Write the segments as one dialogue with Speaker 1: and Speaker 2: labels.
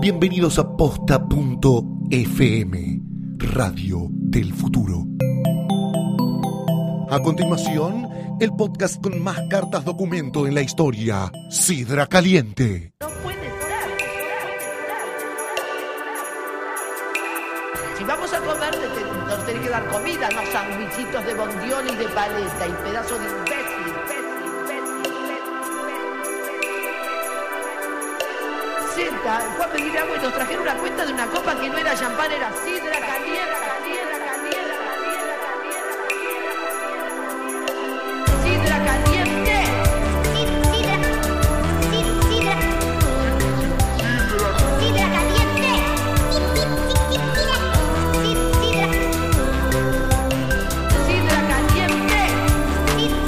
Speaker 1: Bienvenidos a posta.fm, Radio del Futuro. A continuación, el podcast con más cartas documento en la historia, Sidra Caliente.
Speaker 2: No puede ser. Si vamos a comer, te- te- nos tenés que dar comida, no sandwichitos de bondiola y de paleta y pedazo de imbécil. imbécil, imbécil, imbécil. Senta, fue a pedir agua y nos trajeron una cuenta de una copa que no era champán, era sidra caliente, caliente, caliente, caliente, caliente, caliente. Sidra caliente. Sidra caliente.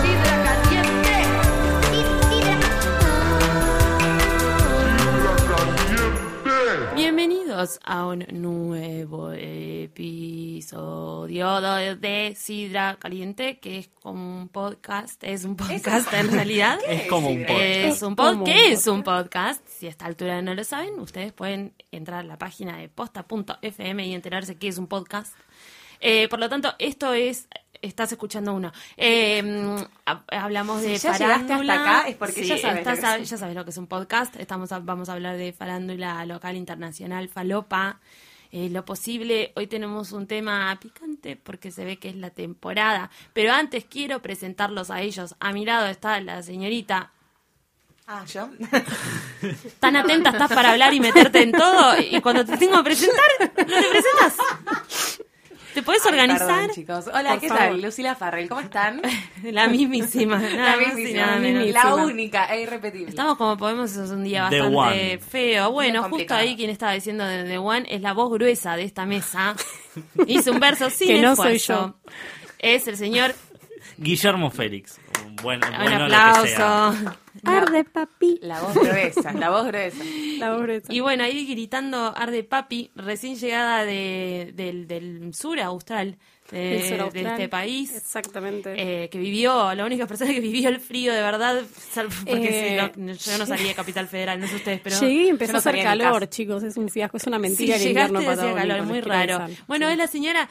Speaker 2: Sidra caliente.
Speaker 3: Bienvenidos a un nuevo episodio de Sidra Caliente, que es como un podcast, es un podcast en realidad.
Speaker 4: Es como un podcast.
Speaker 3: Es un pod- ¿Qué es un podcast? Si a esta altura no lo saben, ustedes pueden entrar a la página de posta.fm y enterarse qué es un podcast. Eh, por lo tanto, esto es. Estás escuchando uno. Eh, mm, ha- hablamos de
Speaker 5: Si ya llegaste hasta
Speaker 3: farándula.
Speaker 5: acá es porque ya sabes
Speaker 3: estás
Speaker 5: lo que
Speaker 3: a-
Speaker 5: es.
Speaker 3: ya sabes lo que es un podcast. Estamos a- vamos a hablar de farándula local, internacional, falopa, eh, lo posible. Hoy tenemos un tema picante porque se ve que es la temporada. Pero antes quiero presentarlos a ellos. A mi lado está la señorita
Speaker 5: Ah, yo.
Speaker 3: tan atenta estás para hablar y meterte en todo y cuando te tengo que presentar, no te presentas. ¿Te puedes organizar?
Speaker 5: Perdón, chicos. Hola,
Speaker 3: Por
Speaker 5: ¿qué
Speaker 3: favor.
Speaker 5: tal? Lucila Farrell, ¿cómo están?
Speaker 3: La mismísima. nada más y nada menos.
Speaker 5: La única e irrepetible.
Speaker 3: Estamos como podemos, es un día
Speaker 4: The
Speaker 3: bastante
Speaker 4: One.
Speaker 3: feo. Bueno, justo
Speaker 5: complicado.
Speaker 3: ahí quien estaba diciendo de The One es la voz gruesa de esta mesa. Hizo un verso sin
Speaker 6: Que no soy
Speaker 3: esfuerzo. Es el señor.
Speaker 4: Guillermo Félix. Un buen,
Speaker 3: Un
Speaker 4: bueno lo que sea.
Speaker 3: aplauso.
Speaker 6: Arde papi.
Speaker 5: La voz gruesa, la voz gruesa.
Speaker 6: La pobreza.
Speaker 3: Eh, Y bueno, ahí gritando Arde Papi, recién llegada de, del, del sur austral, de,
Speaker 6: Del sur austral.
Speaker 3: de este país,
Speaker 6: Exactamente.
Speaker 3: eh, que vivió, la única persona que vivió el frío de verdad, salvo- porque
Speaker 6: Eh,
Speaker 3: sí, no- yo no salía de Capital Federal, no sé ustedes, pero...
Speaker 6: Llegué y
Speaker 5: yo
Speaker 6: empezó
Speaker 5: no
Speaker 6: a hacer
Speaker 5: salía de mi
Speaker 6: calor,
Speaker 5: casa.
Speaker 6: chicos. Es un fiasco, es una
Speaker 3: Sí,
Speaker 6: mentira que el
Speaker 3: llegaste
Speaker 6: invierno
Speaker 3: y hacía
Speaker 6: patagónico,
Speaker 3: calor,
Speaker 6: les
Speaker 3: muy
Speaker 6: quiero
Speaker 3: raro.
Speaker 6: avisar.
Speaker 3: Bueno,
Speaker 6: Sí.
Speaker 3: es la señora...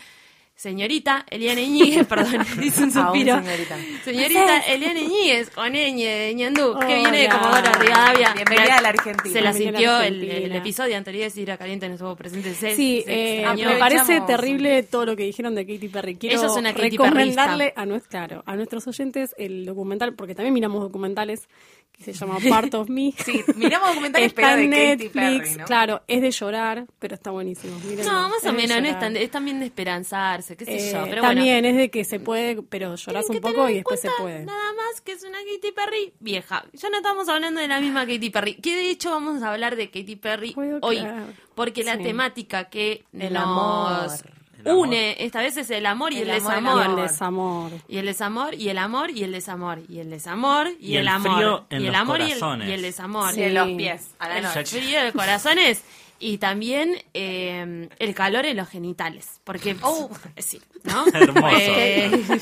Speaker 3: Señorita Eliana Iñiguez, perdón, hice
Speaker 6: Ah,
Speaker 3: un
Speaker 5: Aún
Speaker 3: suspiro.
Speaker 5: señorita.
Speaker 3: Señorita Eliana Iñiguez, con Ñ de Ñandú, que viene de
Speaker 6: Hola.
Speaker 3: Comodoro Rivadavia.
Speaker 5: Bienvenida a la
Speaker 3: Se
Speaker 5: Argentina.
Speaker 3: la
Speaker 6: Bienvenida
Speaker 3: sintió
Speaker 6: a la
Speaker 3: el, el
Speaker 6: Argentina.
Speaker 3: episodio anterior de Sidra Caliente, no estuvo presente. Se,
Speaker 6: Sí,
Speaker 3: se
Speaker 6: eh,
Speaker 3: extrañó. eh,
Speaker 6: me parece
Speaker 5: Aprovechamos.
Speaker 6: terrible todo lo que dijeron de Katy Perry. Quiero
Speaker 3: Ella es una Katy
Speaker 6: recomendarle a, nues- claro, a nuestros oyentes el documental, porque también miramos documentales, que se llama Part of Me.
Speaker 5: Sí, miramos documentales,
Speaker 6: Está
Speaker 5: pero
Speaker 6: en
Speaker 5: de Katy
Speaker 6: Netflix,
Speaker 5: Perry, ¿no?
Speaker 6: claro, es de llorar, pero está buenísimo. mírenlo.
Speaker 3: No, más
Speaker 6: Es
Speaker 3: o
Speaker 6: de
Speaker 3: menos, no es,
Speaker 6: llorar.
Speaker 3: tan, es también de esperanzarse, qué sé
Speaker 6: Eh,
Speaker 3: yo. Pero
Speaker 6: también es de que se puede, pero
Speaker 3: bueno, tienen
Speaker 6: lloras un
Speaker 3: que
Speaker 6: poco
Speaker 3: tener
Speaker 6: y
Speaker 3: en
Speaker 6: después se
Speaker 3: cuenta
Speaker 6: puede.
Speaker 3: Nada más que es una Katy Perry vieja. Ya no estamos hablando de la misma Katy Perry. Que de hecho vamos a hablar de Katy Perry
Speaker 6: Puedo
Speaker 3: hoy.
Speaker 6: creer.
Speaker 3: Porque la
Speaker 6: Sí.
Speaker 3: temática que
Speaker 5: El amor.
Speaker 3: nos
Speaker 4: El amor.
Speaker 3: une esta vez es el amor y el,
Speaker 5: El amor, el
Speaker 3: desamor.
Speaker 6: El desamor.
Speaker 3: Y el desamor, y el amor, y el desamor, y el desamor, y,
Speaker 4: Y el
Speaker 3: amor.
Speaker 4: frío en
Speaker 3: y el
Speaker 4: los
Speaker 3: amor y el-
Speaker 4: corazones.
Speaker 3: Y, el, desamor.
Speaker 5: Sí,
Speaker 6: Sí.
Speaker 5: los pies, a la
Speaker 3: El
Speaker 5: noche.
Speaker 3: frío de corazones y también eh, el calor en los genitales. Porque,
Speaker 5: Oh.
Speaker 3: sí, ¿no?
Speaker 4: Hermoso.
Speaker 3: Eh,
Speaker 5: Más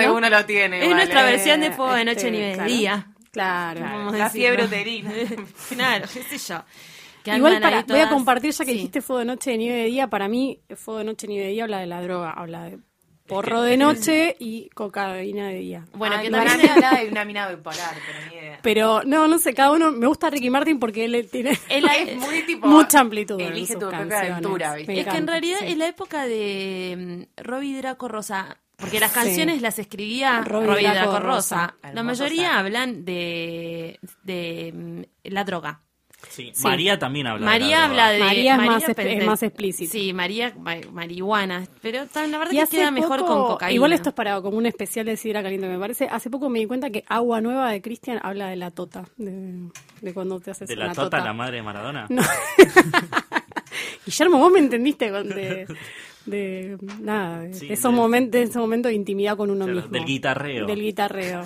Speaker 5: de
Speaker 6: Bueno,
Speaker 5: uno lo tiene.
Speaker 3: es
Speaker 5: vale.
Speaker 3: nuestra versión de
Speaker 6: Eh,
Speaker 3: Fuego de Noche
Speaker 6: este,
Speaker 3: ni de
Speaker 6: claro.
Speaker 3: Día.
Speaker 6: Claro.
Speaker 3: vamos a
Speaker 5: La
Speaker 3: decirlo.
Speaker 5: fiebre uterina.
Speaker 3: Claro, qué sé yo. Que
Speaker 6: Igual
Speaker 3: andan ahí
Speaker 6: para, voy a
Speaker 3: todas-
Speaker 6: compartir ya que
Speaker 3: Sí.
Speaker 6: dijiste fuego de noche, nieve de día. Para mí, fuego de noche, nieve de día habla de la droga, habla de porro de noche y cocaína de día.
Speaker 3: Bueno,
Speaker 5: Ay,
Speaker 3: que
Speaker 5: para
Speaker 3: también
Speaker 5: mí hablaba de una mina bipolar, pero ni idea.
Speaker 6: Pero no, no sé, cada uno me gusta Ricky Martin porque él tiene
Speaker 3: es la-
Speaker 5: Es muy tipo...
Speaker 6: mucha amplitud. en
Speaker 5: Elige
Speaker 6: sus
Speaker 5: tu propia
Speaker 6: canciones.
Speaker 5: aventura,
Speaker 6: Me
Speaker 5: ¿viste?
Speaker 3: Es que en
Speaker 6: encanta,
Speaker 3: realidad
Speaker 6: sí.
Speaker 3: es la época de mm, Robbie Draco Rosa, porque las
Speaker 6: Sí.
Speaker 3: canciones las escribía Robbie,
Speaker 6: Robbie
Speaker 3: Draco,
Speaker 6: Draco
Speaker 3: Rosa.
Speaker 6: Rosa.
Speaker 3: La
Speaker 5: Hermosa.
Speaker 3: mayoría hablan de, de mm, la droga.
Speaker 4: Sí.
Speaker 6: Sí.
Speaker 4: María también habla.
Speaker 3: María
Speaker 4: de la droga.
Speaker 3: habla de
Speaker 6: María es más espe-
Speaker 3: Pente-
Speaker 6: es más explícita.
Speaker 3: Sí, María ma- marihuana, pero ta- la verdad
Speaker 6: Y
Speaker 3: que
Speaker 6: hace
Speaker 3: queda mejor
Speaker 6: poco-
Speaker 3: con cocaína.
Speaker 6: Igual esto es para como un especial de Sidra Caliente, me parece. Hace poco me di cuenta que Agua Nueva de Cristian habla de la tota, de, de cuando te haces
Speaker 4: ¿De la
Speaker 6: una
Speaker 4: Tota, la madre de Maradona?
Speaker 6: No. Guillermo, vos me entendiste con de, de- nada, de,
Speaker 4: Sí,
Speaker 6: de esos
Speaker 4: de-
Speaker 6: momen- de ese momento de intimidad con uno
Speaker 4: Claro,
Speaker 6: mismo.
Speaker 4: del guitarreo.
Speaker 6: Del guitarreo.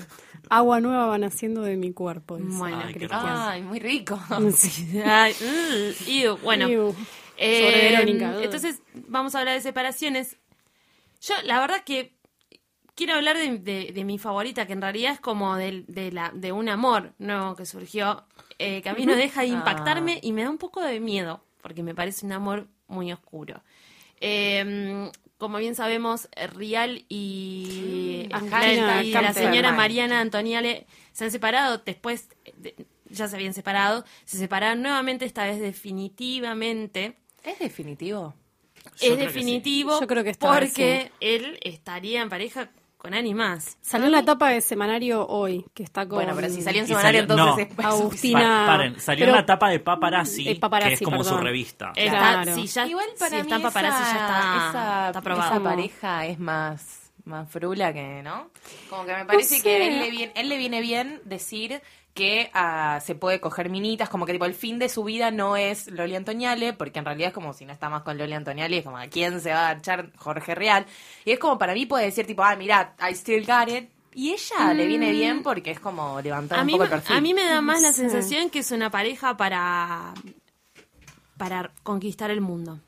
Speaker 6: Agua nueva van haciendo de mi cuerpo. dice.
Speaker 3: Bueno,
Speaker 4: Ay, qué
Speaker 3: Cristian.
Speaker 5: Ay, muy rico.
Speaker 3: Ay, mm, iu, bueno.
Speaker 6: Iu.
Speaker 3: Eh,
Speaker 6: Sobre Verónica.
Speaker 3: Entonces, vamos a hablar de separaciones. Yo, la verdad que quiero hablar de, de- de mi favorita, que en realidad es como del- de, la, de un amor nuevo que surgió, eh, que a mí no deja de
Speaker 6: Ah.
Speaker 3: impactarme y me da un poco de miedo, porque me parece un amor muy oscuro. Eh, como bien sabemos, Rial y,
Speaker 6: Ah, Angelina
Speaker 3: y la
Speaker 5: Camperman.
Speaker 3: señora Mariana Antoniale se han separado después, de- ya se habían separado, se separaron nuevamente, esta vez definitivamente.
Speaker 5: ¿Es definitivo?
Speaker 3: es
Speaker 4: creo que sí.
Speaker 3: definitivo
Speaker 6: Yo creo que esta vez
Speaker 3: porque él estaría en pareja con alguien más.
Speaker 6: Salió en la tapa de semanario hoy, que está con.
Speaker 5: Bueno, pero si salió en
Speaker 4: Y
Speaker 5: semanario,
Speaker 4: salió- no.
Speaker 5: entonces es
Speaker 6: Agustina.
Speaker 5: suficiente.
Speaker 4: Pa- paren, salió
Speaker 6: Pero-
Speaker 4: una tapa de paparazzi,
Speaker 6: de Paparazzi,
Speaker 4: que es como su
Speaker 6: perdón.
Speaker 4: revista.
Speaker 3: Está,
Speaker 6: Claro.
Speaker 3: si ya,
Speaker 5: Igual para
Speaker 3: si está
Speaker 5: mí
Speaker 3: paparazzi
Speaker 5: esa,
Speaker 3: ya está,
Speaker 5: esa,
Speaker 3: está aprobado.
Speaker 5: esa pareja es más, más frula que, ¿no? Como que me parece
Speaker 6: sé.
Speaker 5: que a él le, viene, él le viene bien decir que ah, se puede coger minitas, como que tipo el fin de su vida no es Loli Antoniale, porque en realidad es como si no está más con Loli Antoniale, es como a quién se va a echar Jorge Real. Y es como para mí puede decir tipo, ah, mirá, I still got it. Y ella le viene bien porque es como levantar
Speaker 3: Mm. a
Speaker 5: un
Speaker 3: mí,
Speaker 5: poco el
Speaker 3: me-
Speaker 5: perfil.
Speaker 3: a mí me da más la
Speaker 6: Sí.
Speaker 3: sensación que es una pareja para para conquistar el mundo.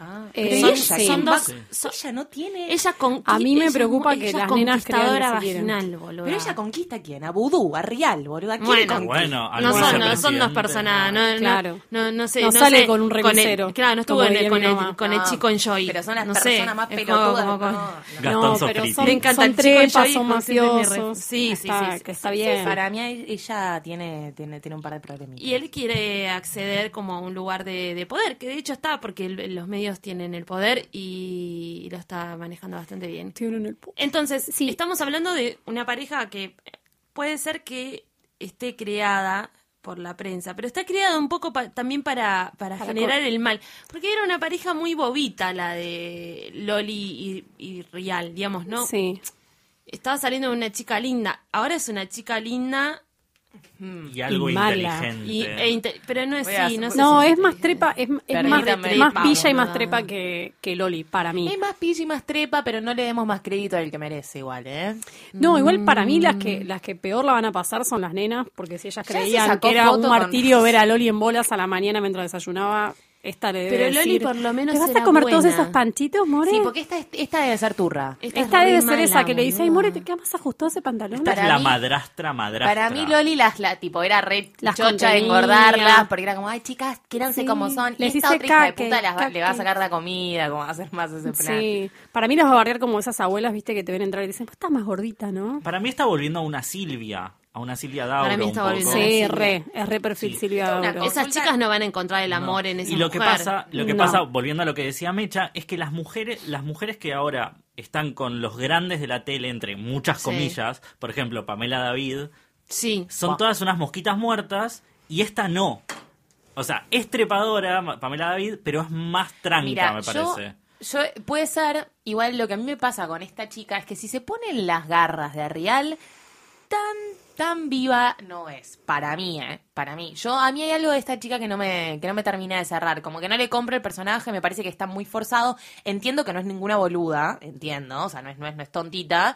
Speaker 5: Ah,
Speaker 6: Eh,
Speaker 5: pero
Speaker 6: son-
Speaker 5: ella,
Speaker 6: son
Speaker 5: ¿quién
Speaker 3: dos-
Speaker 5: va-
Speaker 3: son-
Speaker 5: ella no tiene...
Speaker 3: Ella conqui-
Speaker 6: A mí me
Speaker 3: ella es
Speaker 6: preocupa
Speaker 3: mu-
Speaker 6: que
Speaker 3: ella es
Speaker 6: las nenas crean que
Speaker 3: conquistadora
Speaker 6: se quieren.
Speaker 3: vaginal, boludo.
Speaker 5: Pero ella conquista a quién? A Vudú, a Real, boludo. ¿A quién
Speaker 3: Bueno,
Speaker 5: conquista?
Speaker 4: Bueno, al
Speaker 3: no son, no,
Speaker 4: vicepresidente,
Speaker 3: son dos personas, no, no-
Speaker 6: Claro.
Speaker 3: no, no, sé,
Speaker 6: No
Speaker 3: no,
Speaker 6: sale
Speaker 3: sé,
Speaker 6: con un
Speaker 3: el-
Speaker 6: remisero,
Speaker 3: claro, no estuvo
Speaker 6: como
Speaker 3: en el-
Speaker 6: diría
Speaker 3: con,
Speaker 6: mi
Speaker 3: el,
Speaker 6: mamá.
Speaker 3: con el
Speaker 5: No,
Speaker 3: chico en Joy.
Speaker 5: Pero son las
Speaker 3: no sé,
Speaker 5: personas más
Speaker 3: es como-
Speaker 5: pelotudas.
Speaker 3: como-
Speaker 5: no,
Speaker 3: como-
Speaker 5: no.
Speaker 4: Gastón
Speaker 6: no, pero
Speaker 4: Sofriti.
Speaker 6: son,
Speaker 3: Me encanta
Speaker 6: son
Speaker 3: el chico de
Speaker 6: trepas,
Speaker 3: Joy,
Speaker 6: son
Speaker 3: con siempre me re-
Speaker 6: mafiosos.
Speaker 3: Sí, sí,
Speaker 6: está,
Speaker 3: sí, sí,
Speaker 6: que está bien.
Speaker 5: Para mí ella tiene, tiene, tiene un par de problemitas.
Speaker 3: Y él quiere acceder como a un lugar de, de poder, que de hecho está, porque el- los medios tienen el poder y lo está manejando bastante bien.
Speaker 6: Estoy en el pu-
Speaker 3: Entonces,
Speaker 6: Sí.
Speaker 3: estamos hablando de una pareja que puede ser que esté creada por la prensa, pero está creada un poco pa- también para, para,
Speaker 6: Para
Speaker 3: generar el mal. Porque era una pareja muy bobita la de Loli y, y Rial, digamos, ¿no?
Speaker 6: Sí.
Speaker 3: Estaba saliendo de una chica linda, ahora es una chica linda
Speaker 4: Y algo
Speaker 6: Y mala.
Speaker 4: inteligente.
Speaker 3: y, e inte- pero no es
Speaker 5: Voy a
Speaker 3: sí, no
Speaker 5: hacer-
Speaker 3: sé
Speaker 6: No,
Speaker 3: si-
Speaker 6: es más trepa, es, es más,
Speaker 5: Permítame,
Speaker 6: más
Speaker 5: vamos,
Speaker 6: pilla y más
Speaker 3: nada.
Speaker 6: trepa que, que Loli, para mí.
Speaker 3: Em,
Speaker 5: Es más pilla y más trepa, pero no le demos más crédito al que merece igual, ¿eh?
Speaker 6: No, igual para mí las
Speaker 3: mm.
Speaker 6: que las que peor la van a pasar son las nenas, porque si ellas
Speaker 5: Ya se
Speaker 6: creían
Speaker 5: sacó
Speaker 6: que era un
Speaker 5: foto con-
Speaker 6: martirio ver a Loli en bolas a la mañana mientras desayunaba, esta le debe
Speaker 3: Pero Loli
Speaker 6: decir,
Speaker 3: por lo menos
Speaker 6: ¿Te vas
Speaker 3: era
Speaker 6: a comer todos
Speaker 3: buena".
Speaker 6: esos panchitos, More?
Speaker 5: Sí, porque esta, es- esta debe ser turra.
Speaker 3: Esta
Speaker 6: esta,
Speaker 3: es re
Speaker 6: debe ser
Speaker 3: mala,
Speaker 6: esa que le dice, ay,
Speaker 3: boluda.
Speaker 6: More, ¿te queda más ajustado ese pantalón?
Speaker 4: Esta es
Speaker 5: para
Speaker 4: la
Speaker 5: mí-
Speaker 4: madrastra, madrastra.
Speaker 5: Para mí Loli las, la, tipo, era re
Speaker 6: Las
Speaker 5: chocha de
Speaker 6: contenía.
Speaker 5: engordarlas, porque era como, ay, chicas, quédanse
Speaker 6: Sí.
Speaker 5: como son. Y
Speaker 6: Les
Speaker 5: esta
Speaker 6: hice
Speaker 5: otra hija de
Speaker 6: cupcake,
Speaker 5: puta las va- le va a
Speaker 6: cupcake.
Speaker 5: sacar la comida, como va a hacer más ese plan.
Speaker 6: Sí, para mí las va a bardear como esas abuelas, viste, que te ven entrar y dicen, pues estás más gordita, ¿no?
Speaker 4: Para mí está volviendo a una Silvia, a una Silvia Dauro.
Speaker 3: Para mí está
Speaker 4: un poco.
Speaker 3: volviendo.
Speaker 6: Sí,
Speaker 3: Sí.
Speaker 6: re, es re perfil
Speaker 4: Sí.
Speaker 6: Silvia
Speaker 5: Una
Speaker 6: Dauro.
Speaker 5: cosa-
Speaker 3: Esas chicas no van a encontrar el este amor en esa
Speaker 4: y lo que
Speaker 3: mujer.
Speaker 4: pasa lo que
Speaker 6: No.
Speaker 4: pasa volviendo a lo que decía Mecha es que las mujeres las mujeres que ahora están con los grandes de la tele entre muchas
Speaker 3: Sí.
Speaker 4: comillas por ejemplo Pamela David
Speaker 3: Sí.
Speaker 4: son todas unas mosquitas muertas y esta no o sea es trepadora Ma- Pamela David pero es más tranca
Speaker 5: Mira,
Speaker 4: me
Speaker 5: yo-
Speaker 4: parece
Speaker 5: Yo, puede ser, igual lo que a mí me pasa con esta chica es que si se ponen las garras de Arrial, tan, tan viva no es. Para mí, ¿eh? Para mí. Yo, a mí hay algo de esta chica que no me, que no me termina de cerrar. Como que no le compro el personaje, me parece que está muy forzado. Entiendo que no es ninguna boluda, entiendo, o sea, no es, no es, no es tontita.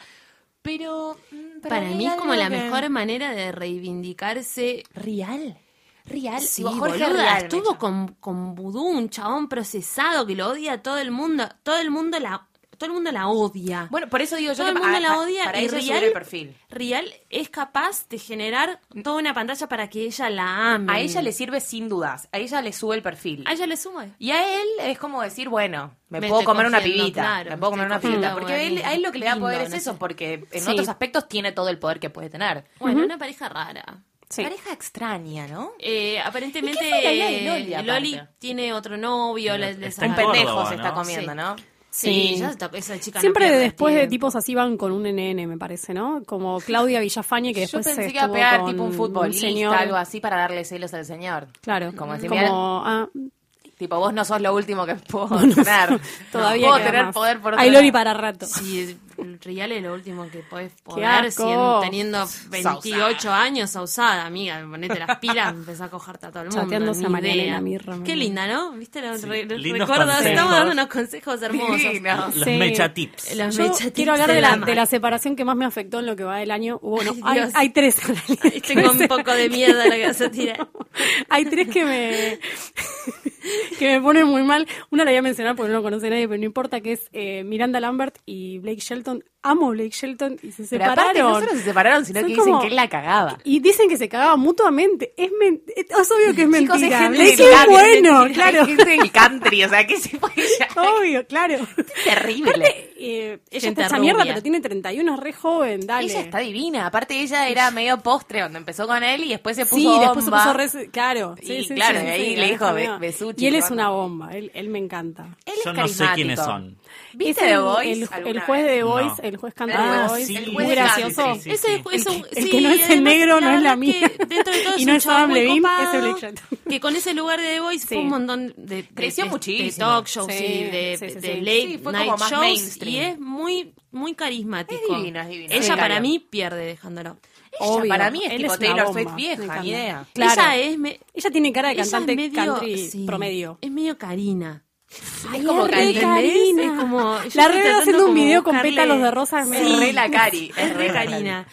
Speaker 5: Pero mm,
Speaker 3: Para,
Speaker 5: hay
Speaker 3: mí es como
Speaker 5: algo
Speaker 3: la
Speaker 5: que-
Speaker 3: mejor em- manera de reivindicarse.
Speaker 5: Real. Real.
Speaker 3: Sí,
Speaker 5: Digo, Jorge
Speaker 3: boluda,
Speaker 5: Rial,
Speaker 3: estuvo
Speaker 5: Mecha.
Speaker 3: con, con Vudú, un chabón procesado que lo odia a todo el mundo. Todo el mundo la, todo el mundo la odia.
Speaker 5: Bueno, por eso digo yo
Speaker 3: todo
Speaker 5: que
Speaker 3: el mundo
Speaker 5: pa-
Speaker 3: la
Speaker 5: pa-
Speaker 3: odia
Speaker 5: para
Speaker 3: y
Speaker 5: ella
Speaker 3: Rial,
Speaker 5: sube el perfil.
Speaker 3: Rial es capaz de generar toda una pantalla para que ella la ame.
Speaker 5: A ella le sirve sin dudas, a ella le sube el perfil.
Speaker 3: A ella le suma.
Speaker 5: Y a él es como decir, bueno, me,
Speaker 3: Me
Speaker 5: puedo
Speaker 3: estoy
Speaker 5: comer una
Speaker 3: cogiendo,
Speaker 5: pibita,
Speaker 3: claro,
Speaker 5: me
Speaker 3: me
Speaker 5: puedo comer
Speaker 3: estoy
Speaker 5: una pibita,
Speaker 3: cogiendo
Speaker 5: porque él-
Speaker 3: algo
Speaker 5: a él lo que le da
Speaker 3: lindo,
Speaker 5: poder
Speaker 3: no
Speaker 5: es
Speaker 3: sé.
Speaker 5: eso, porque en
Speaker 6: Sí.
Speaker 5: otros aspectos tiene todo el poder que puede tener.
Speaker 3: Bueno, una pareja rara.
Speaker 6: Sí.
Speaker 5: Pareja extraña, ¿no?
Speaker 3: Eh, aparentemente
Speaker 5: ¿Y qué fue la vida de Loli,
Speaker 3: eh,
Speaker 5: aparte?
Speaker 3: Loli tiene otro novio. le- le
Speaker 4: Está
Speaker 5: Un
Speaker 4: en
Speaker 3: saca-
Speaker 5: pendejo
Speaker 4: Córdoba,
Speaker 5: se está
Speaker 4: ¿no?
Speaker 5: comiendo,
Speaker 3: Sí.
Speaker 5: ¿no?
Speaker 3: Sí,
Speaker 6: Sí.
Speaker 3: ya está- esa chica no
Speaker 6: Siempre
Speaker 3: pierde
Speaker 6: después de
Speaker 3: tiempo.
Speaker 6: tipos así van con un NN, me parece, ¿no? Como Claudia Villafañe, que
Speaker 5: Yo
Speaker 6: después
Speaker 5: pensé
Speaker 6: se
Speaker 5: que iba a
Speaker 6: estuvo
Speaker 5: pegar
Speaker 6: con
Speaker 5: tipo un futbolista,
Speaker 6: señor.
Speaker 5: algo así, para darle celos al señor.
Speaker 6: Claro,
Speaker 5: Como
Speaker 6: como,
Speaker 5: decir,
Speaker 6: ah,
Speaker 5: Tipo, vos no sos lo último que puedo tener.
Speaker 6: todavía
Speaker 5: puedo
Speaker 6: queda
Speaker 5: tener
Speaker 6: más.
Speaker 5: poder por
Speaker 6: Hay
Speaker 5: otro
Speaker 6: Loli
Speaker 5: lado.
Speaker 6: para rato.
Speaker 3: Sí, el Rial es lo último que podés
Speaker 6: asco.
Speaker 3: poder siendo- teniendo 28 años usada, amiga. Ponete las pilas, empezá a cogerte a todo el mundo.
Speaker 6: Chateándose
Speaker 3: ni
Speaker 6: a Mariana y
Speaker 3: idea.
Speaker 6: la Mirra,
Speaker 3: Qué
Speaker 6: mamá.
Speaker 3: linda, ¿no? ¿Viste los re- los
Speaker 4: lindos
Speaker 3: recuerdos?
Speaker 4: consejos.
Speaker 3: Estamos dando unos consejos hermosos.
Speaker 5: Divino.
Speaker 4: los
Speaker 6: Sí.
Speaker 4: Mecha tips
Speaker 3: Los
Speaker 6: Yo
Speaker 3: mechatips
Speaker 6: quiero hablar de la, de
Speaker 3: mar.
Speaker 6: la separación que más me afectó en lo que va del año. Bueno,
Speaker 3: Ay,
Speaker 6: hay,
Speaker 3: Dios.
Speaker 6: hay tres. en realidad,
Speaker 3: Tengo
Speaker 6: que
Speaker 3: Este un
Speaker 6: me-
Speaker 3: poco de miedo a lo que vas a tirar.
Speaker 6: hay tres que me que me ponen muy mal. Una la voy a mencionar porque no lo conoce nadie, pero no importa, que es eh, Miranda Lambert y Blake Shelton. Amo a Blake Shelton y se
Speaker 5: Pero aparte
Speaker 6: separaron.
Speaker 5: no solo se separaron, sino
Speaker 6: Son
Speaker 5: que dicen
Speaker 6: como-
Speaker 5: que él la cagaba.
Speaker 6: Y dicen que se cagaban mutuamente. Es, men- es es obvio que es mentira.
Speaker 5: Chicos, es gente
Speaker 6: Blake
Speaker 5: del
Speaker 6: es
Speaker 5: cable,
Speaker 6: bueno,
Speaker 5: es
Speaker 6: claro.
Speaker 5: gente del country, o sea, que se fue ya.
Speaker 6: Obvio, claro.
Speaker 5: Terrible.
Speaker 6: Eh, ella
Speaker 3: Gente
Speaker 6: está hecha
Speaker 3: rubia.
Speaker 6: mierda, pero tiene 31, es re joven, dale.
Speaker 5: Ella está divina. Aparte, ella era medio postre cuando empezó con él y después se puso
Speaker 6: Sí, después se
Speaker 5: bomba.
Speaker 6: puso re- Claro. sí,
Speaker 5: Y
Speaker 6: sí,
Speaker 5: claro,
Speaker 6: sí,
Speaker 5: y ahí
Speaker 6: sí,
Speaker 5: le dijo,
Speaker 6: la
Speaker 5: "Be-
Speaker 6: mierda".
Speaker 5: besuchi,
Speaker 6: Y él es
Speaker 5: vamos.
Speaker 6: una bomba, él, él me encanta.
Speaker 5: Él es
Speaker 4: Yo no sé
Speaker 5: carismático.
Speaker 4: quiénes son.
Speaker 5: ¿Viste
Speaker 6: Es
Speaker 5: The
Speaker 6: el-
Speaker 5: Voice?
Speaker 6: El, el
Speaker 5: alguna
Speaker 6: juez de
Speaker 5: vez?
Speaker 6: The Voice,
Speaker 4: No.
Speaker 6: el juez canta
Speaker 5: Ah,
Speaker 6: de The
Speaker 5: sí,
Speaker 6: Voice,
Speaker 4: el
Speaker 6: muy
Speaker 5: juez
Speaker 6: gracioso.
Speaker 4: canta, sí, sí, sí.
Speaker 3: Ese juez es un-
Speaker 6: El
Speaker 3: sí,
Speaker 6: que no es el
Speaker 3: además,
Speaker 6: negro no es la
Speaker 3: verdad
Speaker 6: mía.
Speaker 3: que dentro de todo
Speaker 6: Y
Speaker 3: es
Speaker 6: no
Speaker 3: un
Speaker 6: es
Speaker 3: chabón
Speaker 6: Adam
Speaker 3: muy
Speaker 6: Levine,
Speaker 3: copado,
Speaker 6: es el Blake Shelton.
Speaker 3: Que con ese lugar de The Voice fue
Speaker 6: Sí.
Speaker 3: un montón de, de-
Speaker 5: Creció
Speaker 3: de- de
Speaker 5: muchísimo.
Speaker 3: talk shows
Speaker 6: Sí,
Speaker 3: y de,
Speaker 6: sí, sí,
Speaker 3: de
Speaker 6: sí.
Speaker 3: late
Speaker 5: Sí, fue como
Speaker 3: night
Speaker 5: más
Speaker 3: shows
Speaker 5: mainstream.
Speaker 3: y es muy muy carismático.
Speaker 5: Es divino, es divino.
Speaker 3: Ella
Speaker 5: Sí,
Speaker 3: para
Speaker 5: claro.
Speaker 3: mí pierde dejándolo.
Speaker 5: Ella
Speaker 6: Obvio,
Speaker 5: para mí es
Speaker 6: él
Speaker 5: tipo
Speaker 6: es una
Speaker 5: Taylor
Speaker 6: bomba,
Speaker 5: Swift
Speaker 6: me
Speaker 5: vieja,
Speaker 6: encanta.
Speaker 5: ni idea.
Speaker 6: Claro.
Speaker 3: Ella es me-
Speaker 6: Ella tiene cara de
Speaker 3: ella es
Speaker 6: cantante
Speaker 3: medio-
Speaker 6: country
Speaker 3: sí,
Speaker 6: promedio.
Speaker 3: Es medio Karina.
Speaker 5: Es como
Speaker 6: re
Speaker 5: Cari.
Speaker 6: Karina.
Speaker 3: ¿Entendés? Es como- yo
Speaker 6: La
Speaker 3: estoy
Speaker 6: red
Speaker 3: tratando
Speaker 6: haciendo un
Speaker 3: como
Speaker 6: video con
Speaker 3: buscarle-
Speaker 6: pétalos de rosas. me
Speaker 5: Es
Speaker 6: re-
Speaker 5: re la Cari.
Speaker 3: Es re
Speaker 5: la
Speaker 3: Karina.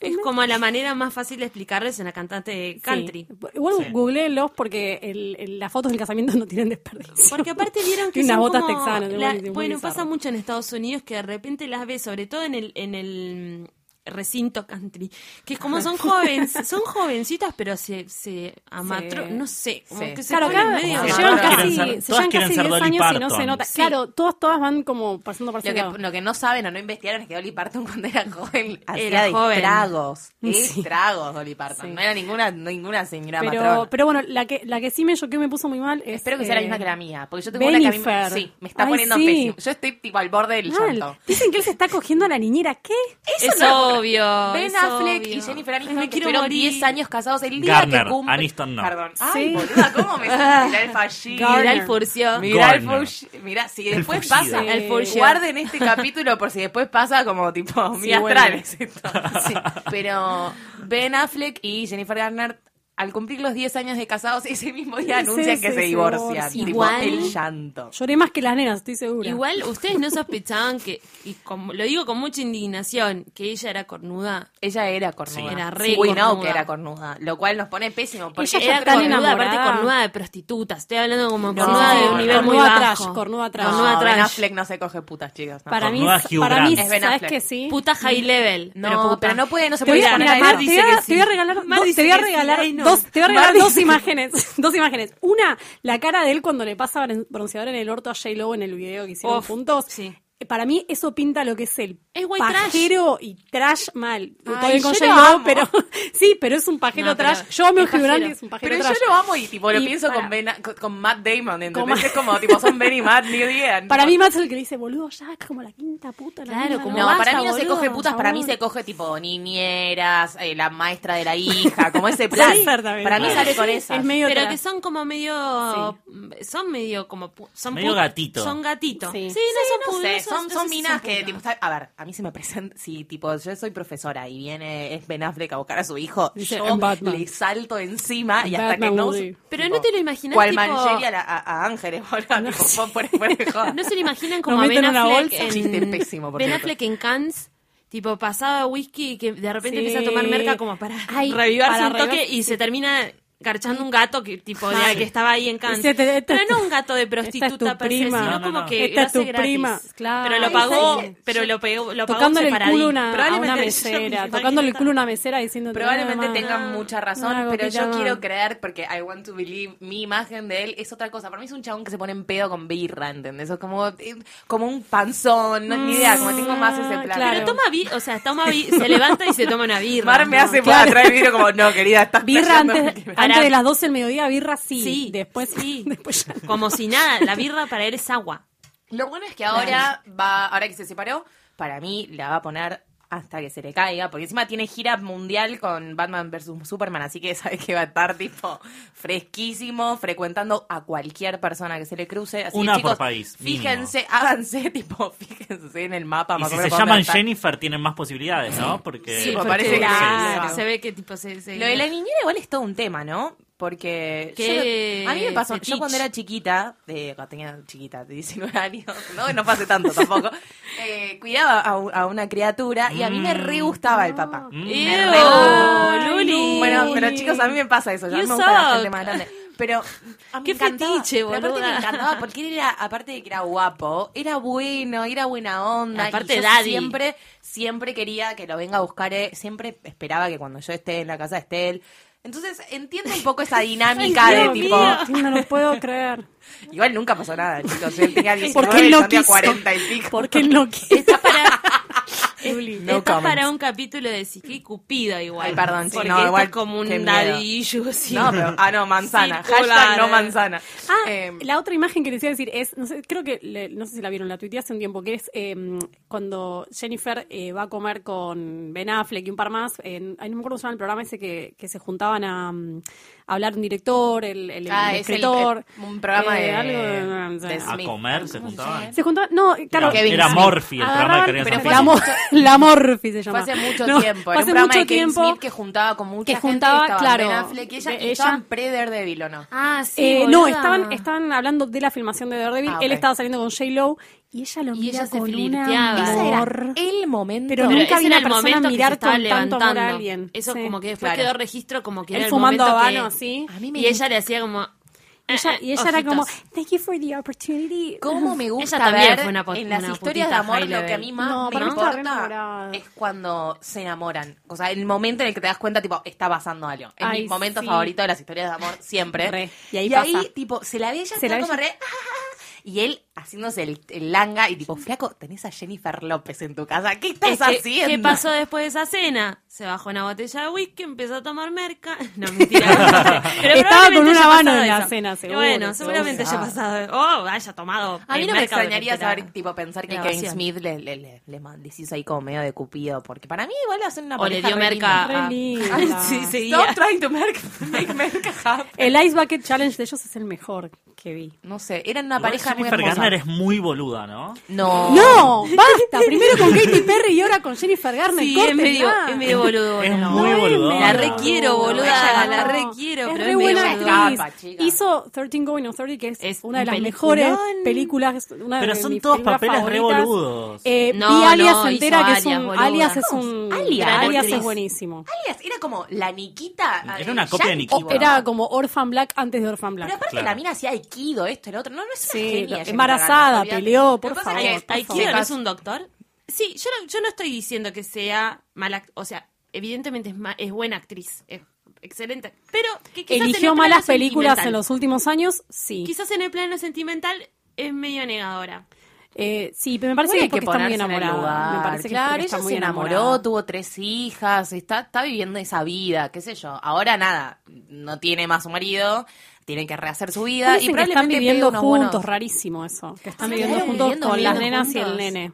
Speaker 3: Es como la manera más fácil de explicarles en la cantante country.
Speaker 6: Sí. Igual googléenlos porque el- el- las fotos del casamiento no tienen desperdicio.
Speaker 3: Porque aparte vieron que
Speaker 6: Tiene
Speaker 3: son
Speaker 6: unas botas
Speaker 3: como
Speaker 6: texanas.
Speaker 3: la-
Speaker 6: muy- muy
Speaker 3: bueno, pasa
Speaker 6: bizarro.
Speaker 3: mucho en Estados Unidos que de repente las ves, sobre todo en el en el mm, recinto country, que es como son jóvenes, son jovencitas, pero se se amatro,
Speaker 6: Sí.
Speaker 3: no sé, como
Speaker 5: Sí.
Speaker 3: que se
Speaker 6: Claro,
Speaker 3: ponen
Speaker 6: acá
Speaker 3: medio
Speaker 5: como
Speaker 6: se
Speaker 5: que
Speaker 6: llevan
Speaker 5: todas
Speaker 6: casi,
Speaker 4: quieren ser-
Speaker 6: se
Speaker 4: todas
Speaker 6: llevan
Speaker 4: quieren
Speaker 6: casi
Speaker 4: ser
Speaker 6: 10
Speaker 4: Dolly
Speaker 6: años y no
Speaker 4: Parton.
Speaker 6: se nota.
Speaker 3: Sí.
Speaker 6: Claro, todas, todas van como pasando por
Speaker 5: Lo
Speaker 6: ese lado.
Speaker 5: que, lo que no saben o no investigaron es que Dolly Parton cuando era joven hacía
Speaker 3: Era
Speaker 5: de
Speaker 3: joven.
Speaker 5: estragos. Estragos Dolly Parton. No era ninguna, ninguna señora
Speaker 6: Pero,
Speaker 5: matrona.
Speaker 6: pero bueno, la que, la que sí me choqué, me puso muy mal. es,
Speaker 5: Espero que sea la
Speaker 6: eh,
Speaker 5: misma que la mía, porque yo tengo una que a mí
Speaker 6: Benifer.
Speaker 5: me, sí, me está
Speaker 6: Ay,
Speaker 5: poniendo
Speaker 6: sí.
Speaker 5: pésimo. Yo estoy tipo al borde del
Speaker 6: mal.
Speaker 5: llanto. Eh.
Speaker 6: Dicen que él se está cogiendo a la niñera. ¿Qué?
Speaker 3: es obvio.
Speaker 5: Ben
Speaker 3: es
Speaker 5: Affleck
Speaker 3: obvio.
Speaker 5: y Jennifer
Speaker 3: Ay,
Speaker 5: Aniston
Speaker 3: me
Speaker 5: que
Speaker 3: quiero
Speaker 5: estuvieron
Speaker 3: morir.
Speaker 5: 10 años casados el día
Speaker 4: Garner,
Speaker 5: que cumple...
Speaker 4: Aniston no.
Speaker 5: Perdón. Ay,
Speaker 6: Sí.
Speaker 5: boluda, ¿cómo me mira el fallido?
Speaker 3: Mirá
Speaker 6: Garner.
Speaker 3: el furcio.
Speaker 5: Mirá el
Speaker 4: Garner.
Speaker 5: fush- Mirá, si después
Speaker 4: fushida.
Speaker 5: pasa,
Speaker 3: El fushia.
Speaker 5: guarden este capítulo por si después pasa como tipo mi
Speaker 6: bueno.
Speaker 5: astral es esto. Sí. Pero Ben Affleck y Jennifer Garner al cumplir los 10 años de casados ese mismo día
Speaker 6: Sí,
Speaker 5: anuncian
Speaker 6: sí,
Speaker 5: que
Speaker 6: sí,
Speaker 5: se
Speaker 6: se
Speaker 5: divorcian.
Speaker 6: divorcian.
Speaker 5: Tipo,
Speaker 3: Igual-
Speaker 5: el llanto.
Speaker 6: Lloré más que las nenas, estoy segura.
Speaker 3: Igual ustedes no sospechaban que y como, lo digo con mucha indignación que ella era cornuda.
Speaker 5: Ella era cornuda.
Speaker 3: Sí, era re
Speaker 5: We know
Speaker 3: cornuda.
Speaker 5: que era cornuda, lo cual nos pone pésimo porque
Speaker 6: Ella
Speaker 3: Era
Speaker 6: está tan
Speaker 3: cornuda, aparte
Speaker 6: enamorada.
Speaker 3: cornuda de prostitutas. Estoy hablando como
Speaker 5: No,
Speaker 3: cornuda de un
Speaker 4: no,
Speaker 3: nivel muy
Speaker 6: cornuda
Speaker 3: bajo.
Speaker 6: trash, cornuda trash.
Speaker 5: no,
Speaker 3: Cornuda
Speaker 5: Ben
Speaker 3: trash.
Speaker 5: Affleck no se coge putas, chicas. no.
Speaker 6: Para mí,
Speaker 4: Cornuda Hugh
Speaker 6: para mí
Speaker 4: Grant.
Speaker 5: Es Ben
Speaker 6: ¿sabes
Speaker 5: Affleck.
Speaker 6: que sí?
Speaker 3: Puta high level.
Speaker 5: no,
Speaker 3: pero
Speaker 5: pero,
Speaker 3: puta.
Speaker 5: no puede, no se
Speaker 6: Te voy,
Speaker 5: puede
Speaker 6: a,
Speaker 5: poner
Speaker 6: mira,
Speaker 5: a ver,
Speaker 6: Mar, te
Speaker 5: dice
Speaker 6: voy a-
Speaker 5: que
Speaker 6: te voy a regalar,
Speaker 3: Mar
Speaker 6: dos,
Speaker 3: dice
Speaker 6: te voy a
Speaker 3: que sí,
Speaker 6: regalar
Speaker 3: ay, no.
Speaker 6: dos, te voy a
Speaker 5: Mar
Speaker 6: regalar dos
Speaker 5: dice-
Speaker 6: imágenes, dos imágenes. Una, la cara de él cuando le pasa bron- bronceador en el orto a J Lo en el video que hicieron
Speaker 3: Of,
Speaker 6: juntos.
Speaker 3: sí.
Speaker 6: Eh, Para mí eso pinta lo que es el
Speaker 3: Es white
Speaker 6: pajero y trash mal. Todo bien con
Speaker 5: yo lo
Speaker 6: J Lo,
Speaker 5: amo.
Speaker 6: pero sí, pero es un pajero
Speaker 3: No, pero
Speaker 6: trash. Yo amo a
Speaker 3: es
Speaker 6: Hugh Grant y
Speaker 3: pajero.
Speaker 6: es un pajero
Speaker 5: Pero yo
Speaker 6: trash.
Speaker 5: lo amo y tipo lo
Speaker 6: Y
Speaker 5: pienso con,
Speaker 6: para-
Speaker 5: Ben- con- con Matt Damon, ¿entendés?
Speaker 6: Como-
Speaker 5: Es como tipo son Ben y Matt, ni idea.
Speaker 6: Para
Speaker 5: tipo-
Speaker 6: mí Matt es el que le dice, boludo, ya es como la quinta puta. la
Speaker 3: Claro,
Speaker 6: misma,
Speaker 3: como
Speaker 5: No,
Speaker 3: basta,
Speaker 5: para mí no se
Speaker 3: boludo,
Speaker 5: coge putas, para mí
Speaker 3: chabón.
Speaker 5: se coge tipo niñeras, eh, la maestra de la hija, como ese plan.
Speaker 6: Sí, también.
Speaker 5: para mí sale con
Speaker 6: Es
Speaker 5: esas.
Speaker 6: medio
Speaker 3: Pero
Speaker 6: trash.
Speaker 3: que son como medio. Son medio como. pu- Son
Speaker 4: Medio
Speaker 3: put-
Speaker 4: gatito.
Speaker 3: Son gatitos.
Speaker 6: Sí.
Speaker 3: Sí,
Speaker 6: Sí,
Speaker 3: no
Speaker 5: No
Speaker 3: son
Speaker 5: sé,
Speaker 3: putas.
Speaker 5: son, son minas que, tipo, está- a ver, a mí se me presenta, si, tipo, yo soy profesora y viene es Ben Affleck a buscar a su hijo,
Speaker 6: Dice,
Speaker 5: yo
Speaker 6: "I'm Batman".
Speaker 5: le salto encima y hasta
Speaker 6: Batman
Speaker 5: que no...
Speaker 6: will do.
Speaker 3: Pero no te lo imaginás,
Speaker 5: Cual
Speaker 3: tipo-
Speaker 5: Mancheri a, la- a- a Ángeles, boludo, tipo, pon- pon- pon- joda.
Speaker 3: No se lo imaginan
Speaker 6: Lo
Speaker 3: como a
Speaker 6: meten
Speaker 3: Ben
Speaker 6: en una
Speaker 3: Affleck
Speaker 6: bolsa.
Speaker 5: Chiste
Speaker 3: en,
Speaker 5: pésimo, por
Speaker 3: ben
Speaker 5: cierto.
Speaker 3: Affleck en Cannes. Tipo, pasaba whisky y que de repente
Speaker 6: Sí.
Speaker 3: empieza a tomar merca como para
Speaker 6: Ay,
Speaker 3: revivarse
Speaker 6: para
Speaker 3: un
Speaker 6: revivar-
Speaker 3: toque y se termina garchando un gato que tipo de-
Speaker 6: Ay.
Speaker 3: que estaba ahí en Cannes.
Speaker 6: Ese te- esta-
Speaker 3: pero no un gato de
Speaker 6: esta es
Speaker 3: prostituta per
Speaker 6: tu
Speaker 3: se,
Speaker 6: prima.
Speaker 3: sino
Speaker 4: No, no,
Speaker 3: como
Speaker 4: no.
Speaker 3: que
Speaker 6: Esta
Speaker 3: lo
Speaker 6: es tu
Speaker 3: hace gratis.
Speaker 6: prima, claro.
Speaker 3: Pero lo
Speaker 6: Ay,
Speaker 3: pagó,
Speaker 5: ¿sabes qué?
Speaker 3: pero lo pagó, lo pagó
Speaker 6: tocándole el
Speaker 3: separadín.
Speaker 6: culo a una, a una
Speaker 5: Probablemente-
Speaker 6: mesera,
Speaker 3: yo-
Speaker 6: tocándole el culo a una mesera diciendo
Speaker 5: Probablemente tengan mucha razón,
Speaker 6: una
Speaker 5: pero yo
Speaker 6: gotita más.
Speaker 5: quiero creer, porque I want to believe, mi imagen de él es otra cosa. Para mí es un chabón que se pone en pedo con birra, ¿entendés? Es como, eh, como un panzón, no ni idea, como tengo más ese plan.
Speaker 6: Mm, claro.
Speaker 3: Pero toma, vi- o sea, toma, vi- se levanta y se toma una birra.
Speaker 5: Mar me
Speaker 3: ¿no?
Speaker 5: hace para traer el vidrio como, no, querida, estás
Speaker 6: birra
Speaker 5: tallando
Speaker 6: antes,
Speaker 5: mi-
Speaker 6: antes
Speaker 3: Para-
Speaker 6: de las 12 del mediodía, birra sí,
Speaker 3: Sí,
Speaker 6: después
Speaker 3: sí.
Speaker 6: después ya.
Speaker 3: Como si nada, la birra para él es agua.
Speaker 5: Lo bueno es que ahora va, ahora que se separó, para mí la va a poner hasta que se le caiga, porque encima tiene gira mundial con Batman vs Superman, así que sabes que va a estar tipo fresquísimo, frecuentando a cualquier persona que se le cruce. Así que,
Speaker 4: Una por
Speaker 5: chicos,
Speaker 4: país, mínimo.
Speaker 5: Fíjense, háganse, tipo, fíjense en el mapa.
Speaker 4: Y
Speaker 5: más
Speaker 4: si
Speaker 5: o
Speaker 4: se
Speaker 5: menos dónde
Speaker 4: llaman
Speaker 5: está.
Speaker 4: Jennifer, tienen más posibilidades, ¿no? Porque.
Speaker 5: Sí, me
Speaker 3: porque
Speaker 5: parece que
Speaker 3: claro,
Speaker 5: sí.
Speaker 3: se ve que tipo se, se-
Speaker 5: Lo de la niñera igual es todo un tema, ¿no? Porque
Speaker 3: Qué
Speaker 5: yo- a mí me pasó, yo
Speaker 3: fetiche.
Speaker 5: cuando era chiquita, eh, cuando tenía chiquita, de 19 años, no, no pasé tanto tampoco, eh, cuidaba a, u- a una criatura y a mí me re gustaba el papá. Me
Speaker 3: Ew,
Speaker 5: re gustaba.
Speaker 3: Luli.
Speaker 5: Bueno, pero chicos, a mí me pasa eso, ya
Speaker 3: You
Speaker 5: me gusta la gente
Speaker 3: suck.
Speaker 5: más grande. Pero a mí
Speaker 3: Qué
Speaker 5: me encantaba.
Speaker 3: fetiche,
Speaker 5: Pero aparte
Speaker 3: boluda.
Speaker 5: me encantaba porque él era, aparte de que era guapo, era bueno, era buena onda.
Speaker 3: Aparte
Speaker 5: y yo
Speaker 3: daddy.
Speaker 5: siempre, siempre quería que lo venga a buscar, eh, siempre esperaba que cuando yo esté en la casa esté él. Entonces entiendo un poco esa dinámica de
Speaker 6: Dios
Speaker 5: tipo.
Speaker 6: mío, No lo puedo creer.
Speaker 5: Igual nunca pasó nada, chicos. Él tenía 19
Speaker 6: Porque él
Speaker 5: y yo
Speaker 6: no
Speaker 5: tenía
Speaker 6: quiso.
Speaker 5: 40 y pico.
Speaker 6: Porque él no quiere.
Speaker 3: Está para,
Speaker 6: Juli.
Speaker 5: No
Speaker 3: está
Speaker 5: comments.
Speaker 3: para un capítulo de Psique y Cupido igual.
Speaker 5: Ay, perdón, sí,
Speaker 3: Porque
Speaker 5: no,
Speaker 3: esto
Speaker 5: igual,
Speaker 3: es como
Speaker 5: qué
Speaker 3: un
Speaker 5: miedo.
Speaker 3: daddy issue, sí.
Speaker 5: No, pero, ah, no, manzana.
Speaker 3: Circular.
Speaker 5: Hashtag no manzana.
Speaker 6: Ah,
Speaker 5: Em,
Speaker 6: la otra imagen que les iba a decir es, no sé, creo que, le- no sé si la vieron, la tuiteé hace un tiempo, que es em, cuando Jennifer eh, va a comer con Ben Affleck y un par más, en, ay, no me acuerdo cómo se llama el programa ese que, que se juntaban a, mm, a hablar un director, el, el, el
Speaker 5: Ah, es el-
Speaker 6: escritor.
Speaker 5: eh, un programa de-
Speaker 6: algo de-
Speaker 5: de
Speaker 4: A
Speaker 5: Smith.
Speaker 4: comer se juntaban.
Speaker 6: se juntaban, no, claro.
Speaker 4: Era,
Speaker 5: Kevin
Speaker 4: era
Speaker 5: Smith.
Speaker 4: Morphy el programa que
Speaker 6: agarraban-
Speaker 4: querían
Speaker 5: Pero
Speaker 4: hacer.
Speaker 5: fue
Speaker 6: la,
Speaker 5: hace
Speaker 6: mor- la Morphy se
Speaker 5: Fue
Speaker 6: llama.
Speaker 5: hace mucho
Speaker 6: No,
Speaker 5: tiempo.
Speaker 6: fue
Speaker 5: Era un
Speaker 6: hace
Speaker 5: programa
Speaker 6: mucho
Speaker 5: de Kevin
Speaker 6: tiempo.
Speaker 5: Smith que juntaba con mucha
Speaker 6: que
Speaker 5: gente.
Speaker 6: juntaba,
Speaker 5: estaba
Speaker 6: claro,
Speaker 5: Ben Affleck y ella,
Speaker 6: de
Speaker 5: y estaban
Speaker 6: ella.
Speaker 5: pre Daredevil, ¿o no?
Speaker 3: Ah, sí.
Speaker 6: Eh, no,
Speaker 3: boluda.
Speaker 6: estaban, estaban hablando de la filmación de Daredevil.
Speaker 5: Ah, ok.
Speaker 6: Él estaba saliendo con J-Lo y ella lo
Speaker 3: Y
Speaker 6: mira
Speaker 3: ella se
Speaker 6: con un
Speaker 3: flirteaba.
Speaker 5: Ese era
Speaker 6: amor.
Speaker 5: el momento.
Speaker 6: Pero
Speaker 3: Pero
Speaker 6: nunca
Speaker 3: ese era
Speaker 6: vi una
Speaker 3: el
Speaker 6: persona
Speaker 3: momento que se
Speaker 6: mirar
Speaker 3: estaba
Speaker 6: con tanto amor a
Speaker 3: levantando.
Speaker 6: alguien.
Speaker 3: Eso
Speaker 6: Sí,
Speaker 3: como que después
Speaker 5: claro.
Speaker 3: quedó registro como que
Speaker 6: Él
Speaker 3: era el
Speaker 6: fumando
Speaker 3: momento
Speaker 6: habano
Speaker 3: que-
Speaker 6: así.
Speaker 5: A mí me
Speaker 3: Y ella le hacía como...
Speaker 6: Y ella, y ella era
Speaker 3: ojitos.
Speaker 6: como, thank you for the opportunity.
Speaker 5: ¿Cómo me gusta
Speaker 3: también
Speaker 5: ver
Speaker 3: fue una pot-
Speaker 5: en las
Speaker 3: una
Speaker 5: historias de
Speaker 3: putita
Speaker 5: amor
Speaker 3: high
Speaker 5: lo que a
Speaker 3: level.
Speaker 5: mí más
Speaker 6: No,
Speaker 5: me
Speaker 6: para mí estaba re
Speaker 5: importa
Speaker 6: enamorada.
Speaker 5: es cuando se enamoran? O sea, el momento en el que te das cuenta, tipo, está pasando algo. Es
Speaker 6: Ay,
Speaker 5: mi momento
Speaker 6: sí.
Speaker 5: favorito de las historias de amor siempre.
Speaker 6: Re. Y ahí pasa.
Speaker 5: tipo, se la ve ella,
Speaker 6: Se
Speaker 5: está
Speaker 6: la ve
Speaker 5: como
Speaker 6: ella.
Speaker 5: re, "Ah". Y él haciéndose el, el langa y tipo, flaco, tenés a Jennifer López en tu casa. ¿Qué estás
Speaker 3: Es que,
Speaker 5: haciendo?
Speaker 3: ¿Qué pasó después de esa cena? Se bajó una botella de whisky, empezó a tomar merca. No, mentira. Pero
Speaker 6: Estaba con
Speaker 3: probablemente
Speaker 6: un
Speaker 3: haya
Speaker 6: habano
Speaker 3: pasado
Speaker 6: en la
Speaker 3: eso.
Speaker 6: cena,
Speaker 3: Y
Speaker 6: seguro, Ah.
Speaker 3: Bueno, seguramente haya
Speaker 5: seguro.
Speaker 3: pasado. Oh, haya tomado.
Speaker 5: A mí
Speaker 3: el
Speaker 5: no me
Speaker 3: merca durante
Speaker 5: extrañaría
Speaker 3: la-
Speaker 5: saber, tipo, pensar que
Speaker 3: la
Speaker 5: Kevin
Speaker 3: grabación.
Speaker 5: Smith le, le, le, le mandís ahí como medio de cupido, porque para mí igual hacen una
Speaker 3: O le
Speaker 5: pareja
Speaker 3: dio
Speaker 5: re
Speaker 3: merca.
Speaker 5: linda.
Speaker 3: a-
Speaker 6: Re linda.
Speaker 3: Ay, Ah. sí, seguía.
Speaker 5: Stop trying to merc- make merca happen.
Speaker 6: El Ice Bucket Challenge de ellos es el mejor que vi.
Speaker 5: No sé, eran una
Speaker 4: Igual
Speaker 5: pareja muy
Speaker 4: Jennifer
Speaker 5: hermosa.
Speaker 4: Garner es muy boluda, ¿no?
Speaker 5: No.
Speaker 6: ¡No! ¡Basta! Primero con Katy Perry y ahora con Jennifer Garner.
Speaker 3: Sí, es
Speaker 6: ¡Córtenla!
Speaker 3: medio, es medio boludo.
Speaker 4: Es
Speaker 3: no.
Speaker 4: muy
Speaker 6: No, es
Speaker 4: boluda.
Speaker 3: La
Speaker 6: medio
Speaker 3: requiero,
Speaker 6: boluda.
Speaker 3: boluda.
Speaker 5: No,
Speaker 3: La
Speaker 5: no.
Speaker 3: requiero,
Speaker 6: Es
Speaker 3: pero
Speaker 6: re
Speaker 3: es medio
Speaker 6: buena
Speaker 3: boluda.
Speaker 6: actriz.
Speaker 5: Escapa, chica.
Speaker 6: Hizo 13 Going on 30, que es,
Speaker 3: Es
Speaker 6: una de
Speaker 3: un
Speaker 6: las
Speaker 3: peliculón.
Speaker 6: mejores películas. Una
Speaker 4: Pero
Speaker 6: de
Speaker 4: son
Speaker 6: mis
Speaker 4: todos
Speaker 6: películas
Speaker 4: papeles re
Speaker 6: favoritas.
Speaker 4: boludos.
Speaker 6: Eh,
Speaker 3: No,
Speaker 6: vi
Speaker 3: no,
Speaker 6: Alias
Speaker 3: hizo
Speaker 6: entera, que es
Speaker 3: Alias,
Speaker 6: un.
Speaker 3: boluda.
Speaker 6: Alias es un.
Speaker 5: Alias,
Speaker 6: Alias
Speaker 3: actriz.
Speaker 6: es buenísimo.
Speaker 5: Alias era como la Niquita. eh,
Speaker 4: Era una copia de
Speaker 5: Yankee,
Speaker 4: Nikita.
Speaker 5: boludo.
Speaker 6: Era como Orphan Black antes de Orphan
Speaker 5: Pero
Speaker 6: Black.
Speaker 5: aparte
Speaker 4: Claro.
Speaker 5: la mina hacía Aikido, esto, el otro. No, no es una
Speaker 6: Sí,
Speaker 5: genia,
Speaker 6: lo-
Speaker 5: Jennifer
Speaker 6: embarazada,
Speaker 5: Garner, olvídate.
Speaker 6: peleó,
Speaker 5: Lo
Speaker 6: por
Speaker 5: que pasa
Speaker 6: favor,
Speaker 5: es que-
Speaker 6: por
Speaker 3: Aikido no
Speaker 5: Chicas,
Speaker 3: es un doctor. Sí, yo no, yo no estoy diciendo que sea mala, act- o sea, evidentemente es, ma- es buena actriz, es excelente, pero que quizás en el
Speaker 6: ¿Eligió
Speaker 3: plano
Speaker 6: malas películas en
Speaker 3: sentimental-
Speaker 6: los últimos años? Sí.
Speaker 3: Quizás en el plano sentimental es medio negadora.
Speaker 6: Eh, sí, pero me parece
Speaker 5: Bueno,
Speaker 6: que,
Speaker 5: hay
Speaker 6: porque está muy
Speaker 5: ponerse en el
Speaker 6: enamorada.
Speaker 5: lugar.
Speaker 6: Me parece que es
Speaker 5: claro,
Speaker 6: porque está
Speaker 5: ella
Speaker 6: muy
Speaker 5: se enamoró,
Speaker 6: enamorada.
Speaker 5: tuvo tres hijas, está, está viviendo esa vida, qué sé yo. Ahora nada, no tiene más su marido, tiene que rehacer su vida
Speaker 6: Dicen
Speaker 5: y
Speaker 6: que están
Speaker 5: probablemente pegue
Speaker 6: viviendo
Speaker 5: unos
Speaker 6: juntos,
Speaker 5: buenos-
Speaker 6: rarísimo eso. Que están
Speaker 5: Sí,
Speaker 6: viviendo
Speaker 5: claro,
Speaker 6: juntos
Speaker 5: viviendo,
Speaker 6: con las
Speaker 5: viviendo
Speaker 6: nenas y el
Speaker 5: juntos.
Speaker 6: nene.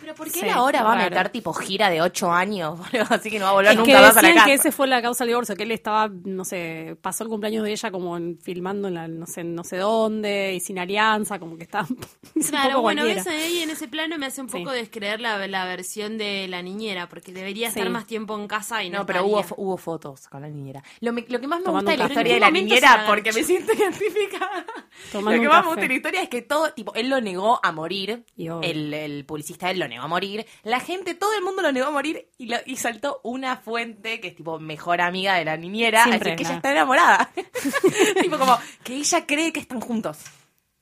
Speaker 5: Pero ¿por qué
Speaker 6: Sí,
Speaker 5: él ahora va a
Speaker 6: raro.
Speaker 5: meter tipo gira de ocho años? boludo? Así que no va a volver
Speaker 6: es que
Speaker 5: nunca más a la
Speaker 6: decían
Speaker 5: casa.
Speaker 6: que ese fue la causa del divorcio, que él estaba, no sé, pasó el cumpleaños de ella como en- filmando en la, no sé, no sé dónde y sin alianza, como que está es un
Speaker 3: Claro,
Speaker 6: poco
Speaker 3: bueno,
Speaker 6: cualquiera.
Speaker 3: ves ahí en ese plano me hace un
Speaker 6: Sí.
Speaker 3: poco descreer la, la versión de la niñera, porque debería
Speaker 6: Sí.
Speaker 3: estar más tiempo en casa y no
Speaker 5: No, pero hubo,
Speaker 3: estaría.
Speaker 5: fo- hubo fotos con la niñera. Lo, me- lo que más me gusta
Speaker 6: Tomando
Speaker 5: de la
Speaker 6: un café.
Speaker 5: historia de
Speaker 3: Pero
Speaker 5: la
Speaker 3: en qué momento se
Speaker 5: niñera,
Speaker 3: la
Speaker 5: porque me siento identificada.
Speaker 6: Tomando
Speaker 5: lo que
Speaker 6: un
Speaker 5: más me gusta
Speaker 6: café.
Speaker 5: de la historia es que todo, tipo, él lo negó a morir.
Speaker 6: Y obvio.
Speaker 5: El, el publicista él lo negó a morir. La gente, todo el mundo lo negó a morir y, lo- y saltó una fuente que es tipo mejor amiga de la niñera.
Speaker 6: Siempre,
Speaker 5: así que ella
Speaker 6: claro.
Speaker 5: está enamorada. tipo como que ella cree que están juntos.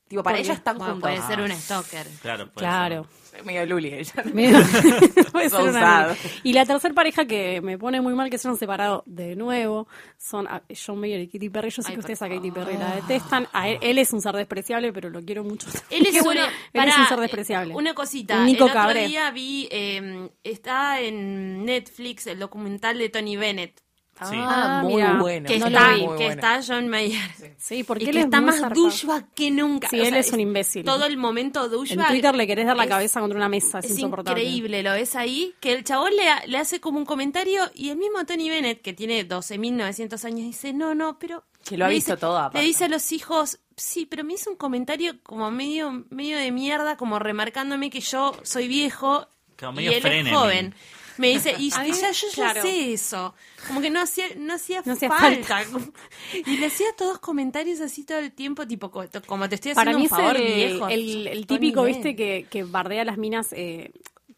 Speaker 5: Tipo, para
Speaker 6: Porque,
Speaker 5: ella están
Speaker 3: Bueno,
Speaker 5: juntos.
Speaker 3: puede ser un stalker.
Speaker 4: Claro, puede
Speaker 6: Claro.
Speaker 5: Es Medio luli ella.
Speaker 6: Medio- puede
Speaker 5: Sos
Speaker 6: ser una
Speaker 5: sad.
Speaker 6: mierda. Y la tercera pareja que me pone muy mal que se han separado de nuevo son a John Mayer y Katy Perry. Yo sé
Speaker 3: Ay,
Speaker 6: que
Speaker 3: por
Speaker 6: ustedes a Katy Perry la detestan. A él, él es un ser despreciable, pero lo quiero mucho.
Speaker 3: Él
Speaker 6: Qué
Speaker 3: es,
Speaker 6: bueno.
Speaker 3: una-
Speaker 6: Él
Speaker 3: pará, eh,
Speaker 6: es un ser despreciable.
Speaker 3: Una cosita.
Speaker 6: Un Nico
Speaker 3: el otro
Speaker 6: Cabré.
Speaker 3: día vi, eh, está en Netflix el documental de Tony Bennett.
Speaker 4: ser. Sí.
Speaker 5: Ah, muy
Speaker 6: mira.
Speaker 5: bueno.
Speaker 3: que
Speaker 5: No lo
Speaker 3: está,
Speaker 5: vi. Muy
Speaker 3: que
Speaker 5: bueno.
Speaker 3: está John Mayer.
Speaker 6: Sí, porque
Speaker 3: Y
Speaker 6: él
Speaker 3: que
Speaker 6: es
Speaker 3: está
Speaker 6: muy
Speaker 3: más
Speaker 6: zarpado.
Speaker 3: douchebag que nunca.
Speaker 6: Sí, él es un imbécil.
Speaker 3: Todo el momento douchebag.
Speaker 6: En Twitter le querés dar la
Speaker 3: es-
Speaker 6: cabeza contra una mesa, es,
Speaker 3: Es
Speaker 6: insoportable.
Speaker 3: increíble, lo ves ahí, que el chabón le, le hace como un comentario y el mismo Tony Bennett, que tiene 12.900 años, dice, no, no, pero...
Speaker 5: Que lo ha
Speaker 3: le
Speaker 5: visto
Speaker 3: dice-
Speaker 5: todo,
Speaker 3: Le
Speaker 5: aparte.
Speaker 3: dice a los hijos, sí, pero me hizo un comentario como medio, medio de mierda, como remarcándome que yo soy viejo
Speaker 4: Como
Speaker 3: y
Speaker 4: medio
Speaker 3: él
Speaker 4: frenemy.
Speaker 3: es joven. Me dice, y,
Speaker 6: A
Speaker 3: y
Speaker 6: mí,
Speaker 3: ya yo ya
Speaker 6: claro.
Speaker 3: sé eso. Como que no hacía, no hacía,
Speaker 6: No hacía
Speaker 3: falta. Y le hacía todos comentarios así todo el tiempo, tipo, co- como te estoy haciendo
Speaker 6: Para mí
Speaker 3: un
Speaker 6: es
Speaker 3: favor,
Speaker 6: el,
Speaker 3: viejo.
Speaker 6: el- el
Speaker 3: Tony
Speaker 6: típico,
Speaker 3: Bennett.
Speaker 6: viste, que, que bardea a las minas eh,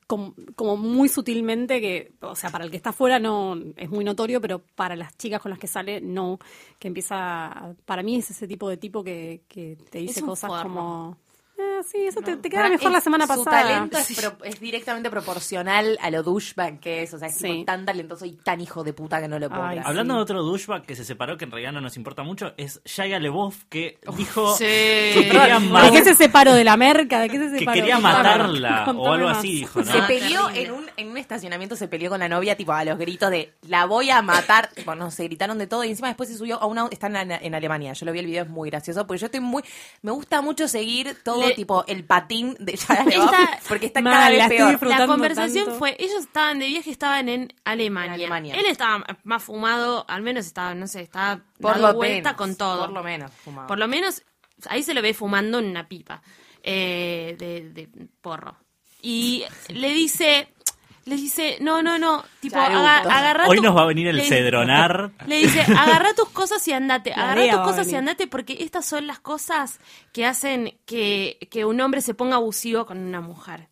Speaker 6: com- como muy sutilmente que, o sea, para el que está afuera no es muy notorio, pero para las chicas con las que sale no, que empieza, para mí es ese tipo de tipo que, que te dice
Speaker 3: un
Speaker 6: cosas
Speaker 3: forro.
Speaker 6: como, "Ah, sí, eso te, te queda
Speaker 5: Para-
Speaker 6: mejor la
Speaker 5: es-
Speaker 6: semana
Speaker 5: Su
Speaker 6: pasada.
Speaker 5: talento es, pro- es directamente proporcional a lo douchebag que es. O sea, es tipo
Speaker 6: Sí.
Speaker 5: tan talentoso y tan hijo de puta que no lo puedo
Speaker 6: Ay,
Speaker 5: creer.
Speaker 4: Hablando de otro douchebag que se separó, que en realidad no nos importa mucho, es Shia LeBoff, que dijo
Speaker 3: Sí.
Speaker 4: que quería, ma-
Speaker 6: ¿De qué se separó de la merca? ¿De qué se
Speaker 4: que
Speaker 6: separó?
Speaker 4: quería
Speaker 6: Contame,
Speaker 4: matarla o
Speaker 6: contame
Speaker 4: algo
Speaker 6: más.
Speaker 4: así, dijo, ¿no?
Speaker 5: Se
Speaker 3: Ah,
Speaker 5: peleó
Speaker 3: terrible.
Speaker 5: en un, en un estacionamiento, se peleó con la novia, tipo a los gritos de la voy a matar. Tipo, no, se gritaron de todo y encima después se subió a una. Están en, en Alemania, yo lo vi el video, es muy gracioso. Porque yo estoy muy. Me gusta mucho seguir todo,
Speaker 3: Le-
Speaker 5: tipo, el patín de Shia LaBeouf,
Speaker 3: Esta-
Speaker 5: Porque está
Speaker 6: Mal,
Speaker 5: cada
Speaker 6: la
Speaker 5: vez
Speaker 6: estoy
Speaker 5: peor.
Speaker 6: disfrutando
Speaker 3: La conversación
Speaker 6: tanto.
Speaker 3: fue, ellos estaban de viaje, estaban en Alemania.
Speaker 5: En Alemania.
Speaker 3: Él estaba más fumado, al menos estaba, no sé, estaba
Speaker 5: Por
Speaker 3: dado
Speaker 5: lo
Speaker 3: vuelta
Speaker 5: menos,
Speaker 3: con todo.
Speaker 5: Por lo menos. fumado.
Speaker 3: Por lo menos, ahí se lo ve fumando en una pipa eh, de, de porro. Y le dice, le dice, no, no, no, tipo,
Speaker 5: Charuto.
Speaker 3: aga- agarra
Speaker 4: Hoy
Speaker 3: tu-
Speaker 4: nos va a venir el
Speaker 3: le-
Speaker 4: cedronar.
Speaker 3: Le dice, agarra tus cosas y andate,
Speaker 6: La
Speaker 3: agarra
Speaker 6: DEA
Speaker 3: tus
Speaker 6: va a
Speaker 3: cosas y
Speaker 6: venir.
Speaker 3: andate porque estas son las cosas que hacen que, que un hombre se ponga abusivo con una mujer.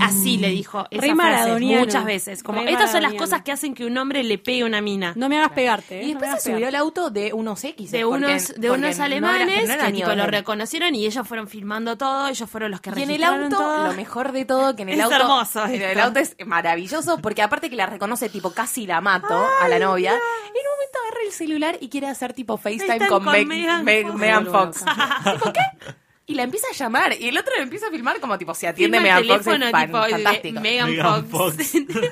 Speaker 3: Así le dijo
Speaker 6: Mm. Re
Speaker 3: esa frase
Speaker 6: maradoniano.
Speaker 3: muchas veces. Como
Speaker 6: Re
Speaker 3: estas son las
Speaker 6: maradoniano.
Speaker 3: cosas que hacen que un hombre le pegue a una mina.
Speaker 6: No me hagas pegarte. ¿eh?
Speaker 5: Y después
Speaker 6: No me
Speaker 5: se subió al
Speaker 6: hagas
Speaker 5: auto de unos X.
Speaker 3: de
Speaker 5: porque-
Speaker 3: unos de
Speaker 5: porque
Speaker 3: unos
Speaker 5: no era-
Speaker 3: alemanes
Speaker 5: no era
Speaker 3: que
Speaker 5: ni
Speaker 3: tipo, lo
Speaker 5: orden.
Speaker 3: reconocieron y ellos fueron filmando todo ellos fueron los que
Speaker 5: Y en el
Speaker 3: registraron
Speaker 5: auto,
Speaker 3: todo.
Speaker 5: lo mejor de todo, que en el
Speaker 3: Es
Speaker 5: auto.
Speaker 3: hermoso
Speaker 5: en el
Speaker 3: esto.
Speaker 5: auto es maravilloso, porque aparte que la reconoce, tipo, casi la mato a la novia. En un momento agarra el celular y quiere hacer tipo FaceTime
Speaker 3: Están
Speaker 5: con,
Speaker 3: con
Speaker 5: Meg-
Speaker 3: Megan
Speaker 5: Meg-
Speaker 3: Fox.
Speaker 5: Megan Fox. Tipo, ¿qué? Y la empieza a llamar. Y el otro le empieza a filmar como tipo, si atiende
Speaker 3: Firma
Speaker 5: Megan
Speaker 3: el
Speaker 5: Fox. Es
Speaker 3: teléfono,
Speaker 5: fan-
Speaker 3: tipo, el de
Speaker 5: fantástico.
Speaker 3: Megan,
Speaker 4: Megan
Speaker 3: Fox,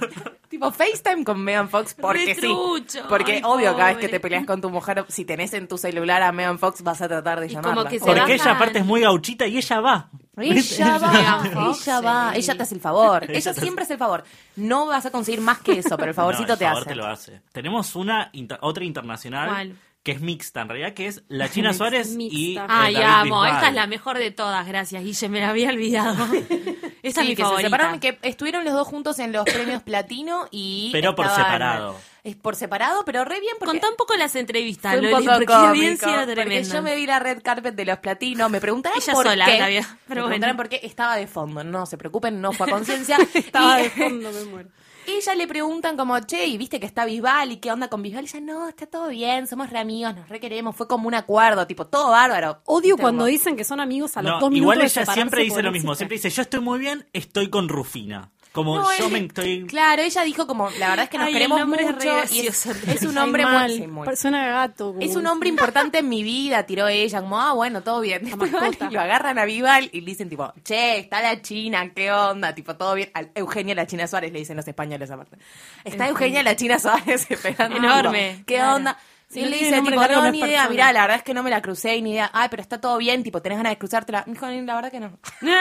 Speaker 5: Tipo, FaceTime con Megan Fox porque sí.
Speaker 3: Retrucho,
Speaker 5: Porque
Speaker 3: ay,
Speaker 5: obvio, cada vez
Speaker 3: pobre.
Speaker 5: que te peleas con tu mujer, si tenés en tu celular a Megan Fox, vas a tratar de
Speaker 3: Y como
Speaker 5: llamarla.
Speaker 3: que se
Speaker 5: Porque
Speaker 4: Porque
Speaker 3: bajan.
Speaker 4: ella aparte es muy gauchita y ella va.
Speaker 5: Ella va,
Speaker 3: Megan Fox,
Speaker 5: ella va,
Speaker 3: sí.
Speaker 5: ella te hace el favor.
Speaker 4: Ella
Speaker 5: Ella
Speaker 4: te
Speaker 5: siempre hace el favor. No vas a conseguir más que eso, pero el favorcito
Speaker 4: No, el
Speaker 5: te
Speaker 4: favor
Speaker 5: hace.
Speaker 4: lo hace. Tenemos una inter- otra internacional
Speaker 3: ¿Cuál?
Speaker 4: que es mixta en realidad, que es la China Suárez y
Speaker 6: mixta.
Speaker 4: eh,
Speaker 3: ay
Speaker 4: David
Speaker 3: amo
Speaker 4: Bisbal.
Speaker 3: esta es la mejor de todas gracias Guille me la había olvidado esta
Speaker 5: Sí,
Speaker 3: es mi
Speaker 5: que
Speaker 3: favorita
Speaker 5: se separaron, que estuvieron los dos juntos en los premios platino y.
Speaker 4: Pero por
Speaker 5: estaban-
Speaker 4: separado.
Speaker 5: Es por separado, pero re bien porque.
Speaker 3: contá un poco las entrevistas
Speaker 5: fue un
Speaker 3: Loli,
Speaker 5: poco
Speaker 3: porque la
Speaker 5: cómico,
Speaker 3: audiencia era
Speaker 5: porque
Speaker 3: tremenda
Speaker 5: yo me vi la red carpet de los platinos, me preguntaron
Speaker 3: Ella
Speaker 5: por
Speaker 3: sola
Speaker 5: qué,
Speaker 3: la vio,
Speaker 5: me
Speaker 3: pero bueno.
Speaker 5: preguntaron por qué estaba de fondo, no se preocupen, no fue a conciencia.
Speaker 6: Estaba
Speaker 5: Y-
Speaker 6: de fondo, me muero.
Speaker 5: Ella le preguntan como, che, y viste que está Bisbal y qué onda con Bisbal. Y ella, no, está todo bien, somos re amigos, nos re queremos. Fue como un acuerdo, tipo, todo bárbaro.
Speaker 6: Odio
Speaker 5: Viste,
Speaker 6: cuando
Speaker 5: como-
Speaker 6: dicen que son amigos a los
Speaker 4: No,
Speaker 6: dos minutos.
Speaker 4: igual
Speaker 6: de
Speaker 4: ella siempre
Speaker 6: separarse
Speaker 4: dice
Speaker 6: porque
Speaker 4: lo
Speaker 6: no
Speaker 4: mismo,
Speaker 6: existe.
Speaker 4: siempre dice, yo estoy muy bien, estoy con Rufina. Como
Speaker 5: No,
Speaker 4: yo
Speaker 5: él-
Speaker 4: me estoy...
Speaker 5: Claro, ella dijo como, la verdad es que nos
Speaker 3: Ay, el
Speaker 5: queremos
Speaker 3: nombre es
Speaker 5: mucho.
Speaker 3: re
Speaker 5: y es,
Speaker 3: gracioso.
Speaker 5: es un
Speaker 6: Ay,
Speaker 5: hombre
Speaker 6: mal,
Speaker 5: muy- sí, muy-
Speaker 6: Persona gato. como-
Speaker 5: Es un hombre importante en mi vida, tiró ella, como, ah, bueno, todo bien. Después van
Speaker 6: mascota.
Speaker 5: y lo agarran a Bisbal y le dicen, tipo, che, está la China, qué onda, tipo, todo bien. Al- Eugenia la China Suárez, le dicen los españoles aparte. Está Eugenia la China Suárez esperando. tipo,
Speaker 3: Enorme,
Speaker 5: ¿Qué
Speaker 3: claro.
Speaker 5: onda?
Speaker 6: Si
Speaker 5: y él
Speaker 6: no
Speaker 5: le
Speaker 6: tiene
Speaker 5: dice,
Speaker 6: nombre
Speaker 5: tipo,
Speaker 6: largo,
Speaker 5: no,
Speaker 6: no
Speaker 5: ni
Speaker 6: es
Speaker 5: idea,
Speaker 6: persona.
Speaker 5: mirá, la verdad es que no me la crucé, ni idea. Ay, pero está todo bien, tipo, tenés ganas de cruzártela. Me dijo, la verdad que no.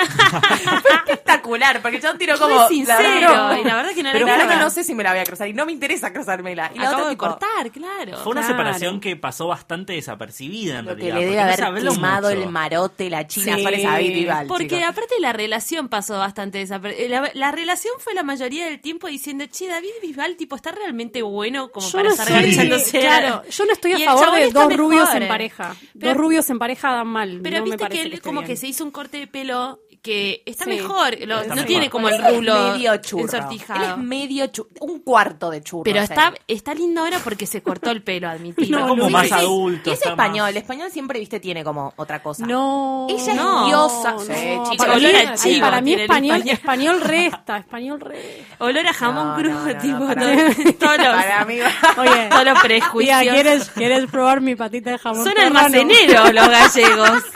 Speaker 5: Fue espectacular, porque yo tiro como.
Speaker 3: Fue
Speaker 5: "La verdad
Speaker 3: sincero
Speaker 5: no".
Speaker 3: y la verdad que no era
Speaker 5: Pero la verdad que
Speaker 3: nada.
Speaker 5: no sé si me la voy a cruzar y no me interesa cruzármela. Y la
Speaker 3: acabo
Speaker 5: otra,
Speaker 3: de
Speaker 5: tipo,
Speaker 3: cortar claro
Speaker 4: Fue una
Speaker 6: Claro.
Speaker 4: separación que pasó bastante desapercibida en
Speaker 5: Lo que
Speaker 4: realidad.
Speaker 5: le
Speaker 4: porque
Speaker 5: debe
Speaker 4: no
Speaker 5: haber
Speaker 4: se habló
Speaker 5: quemado
Speaker 4: mucho.
Speaker 5: el marote, la China
Speaker 6: Sí.
Speaker 5: Suárez a David Vival.
Speaker 3: Porque
Speaker 5: chicos.
Speaker 3: aparte la relación pasó bastante desapercibida. La, la relación fue la mayoría del tiempo diciendo, che, David Bisbal, tipo, está realmente bueno como para
Speaker 6: no
Speaker 3: estar
Speaker 6: soy-
Speaker 3: enganchándose".
Speaker 6: Claro, yo no estoy a
Speaker 3: Y el
Speaker 6: favor
Speaker 3: chabón
Speaker 6: de
Speaker 3: está
Speaker 6: dos
Speaker 3: mejor,
Speaker 6: rubios
Speaker 3: eh.
Speaker 6: en pareja.
Speaker 3: Pero-
Speaker 6: dos rubios en pareja dan mal.
Speaker 3: Pero
Speaker 6: no me
Speaker 3: viste
Speaker 6: parece
Speaker 3: que él
Speaker 6: esté
Speaker 3: como
Speaker 6: bien.
Speaker 3: que se hizo un corte de pelo que está
Speaker 6: Sí.
Speaker 3: mejor, lo- no
Speaker 4: Está mejor.
Speaker 3: tiene como el
Speaker 5: Él es
Speaker 3: rulo
Speaker 5: medio churro. Él es
Speaker 3: ensortijado.
Speaker 5: medio churro. Un cuarto de churro.
Speaker 3: Pero
Speaker 5: él.
Speaker 3: está, está lindo ahora porque se cortó el pelo, admitido.
Speaker 4: Está como
Speaker 5: Sí,
Speaker 4: más
Speaker 5: sí, sí.
Speaker 4: adulto.
Speaker 5: Y es
Speaker 4: está más-
Speaker 5: español. Español siempre, viste, tiene como otra cosa.
Speaker 6: No.
Speaker 5: Ella es
Speaker 3: No.
Speaker 5: diosa. Sí,
Speaker 6: No,
Speaker 5: chico,
Speaker 6: para,
Speaker 3: olor
Speaker 6: mí,
Speaker 3: a
Speaker 6: ay,
Speaker 3: chivo
Speaker 6: para mí
Speaker 3: tiene el
Speaker 6: español,
Speaker 3: español.
Speaker 6: español resta, español resta.
Speaker 3: Olor a jamón
Speaker 5: No,
Speaker 3: crudo,
Speaker 5: no, no, no,
Speaker 3: tipo,
Speaker 5: para
Speaker 3: todo-
Speaker 5: mí-
Speaker 3: todos los-
Speaker 5: Para mí va-
Speaker 6: Oye,
Speaker 3: todos los
Speaker 6: tía,
Speaker 3: prejuicios.
Speaker 6: ¿quieres, ¿quieres probar mi patita de jamón?
Speaker 3: Son
Speaker 6: serrano?
Speaker 3: almaceneros los gallegos.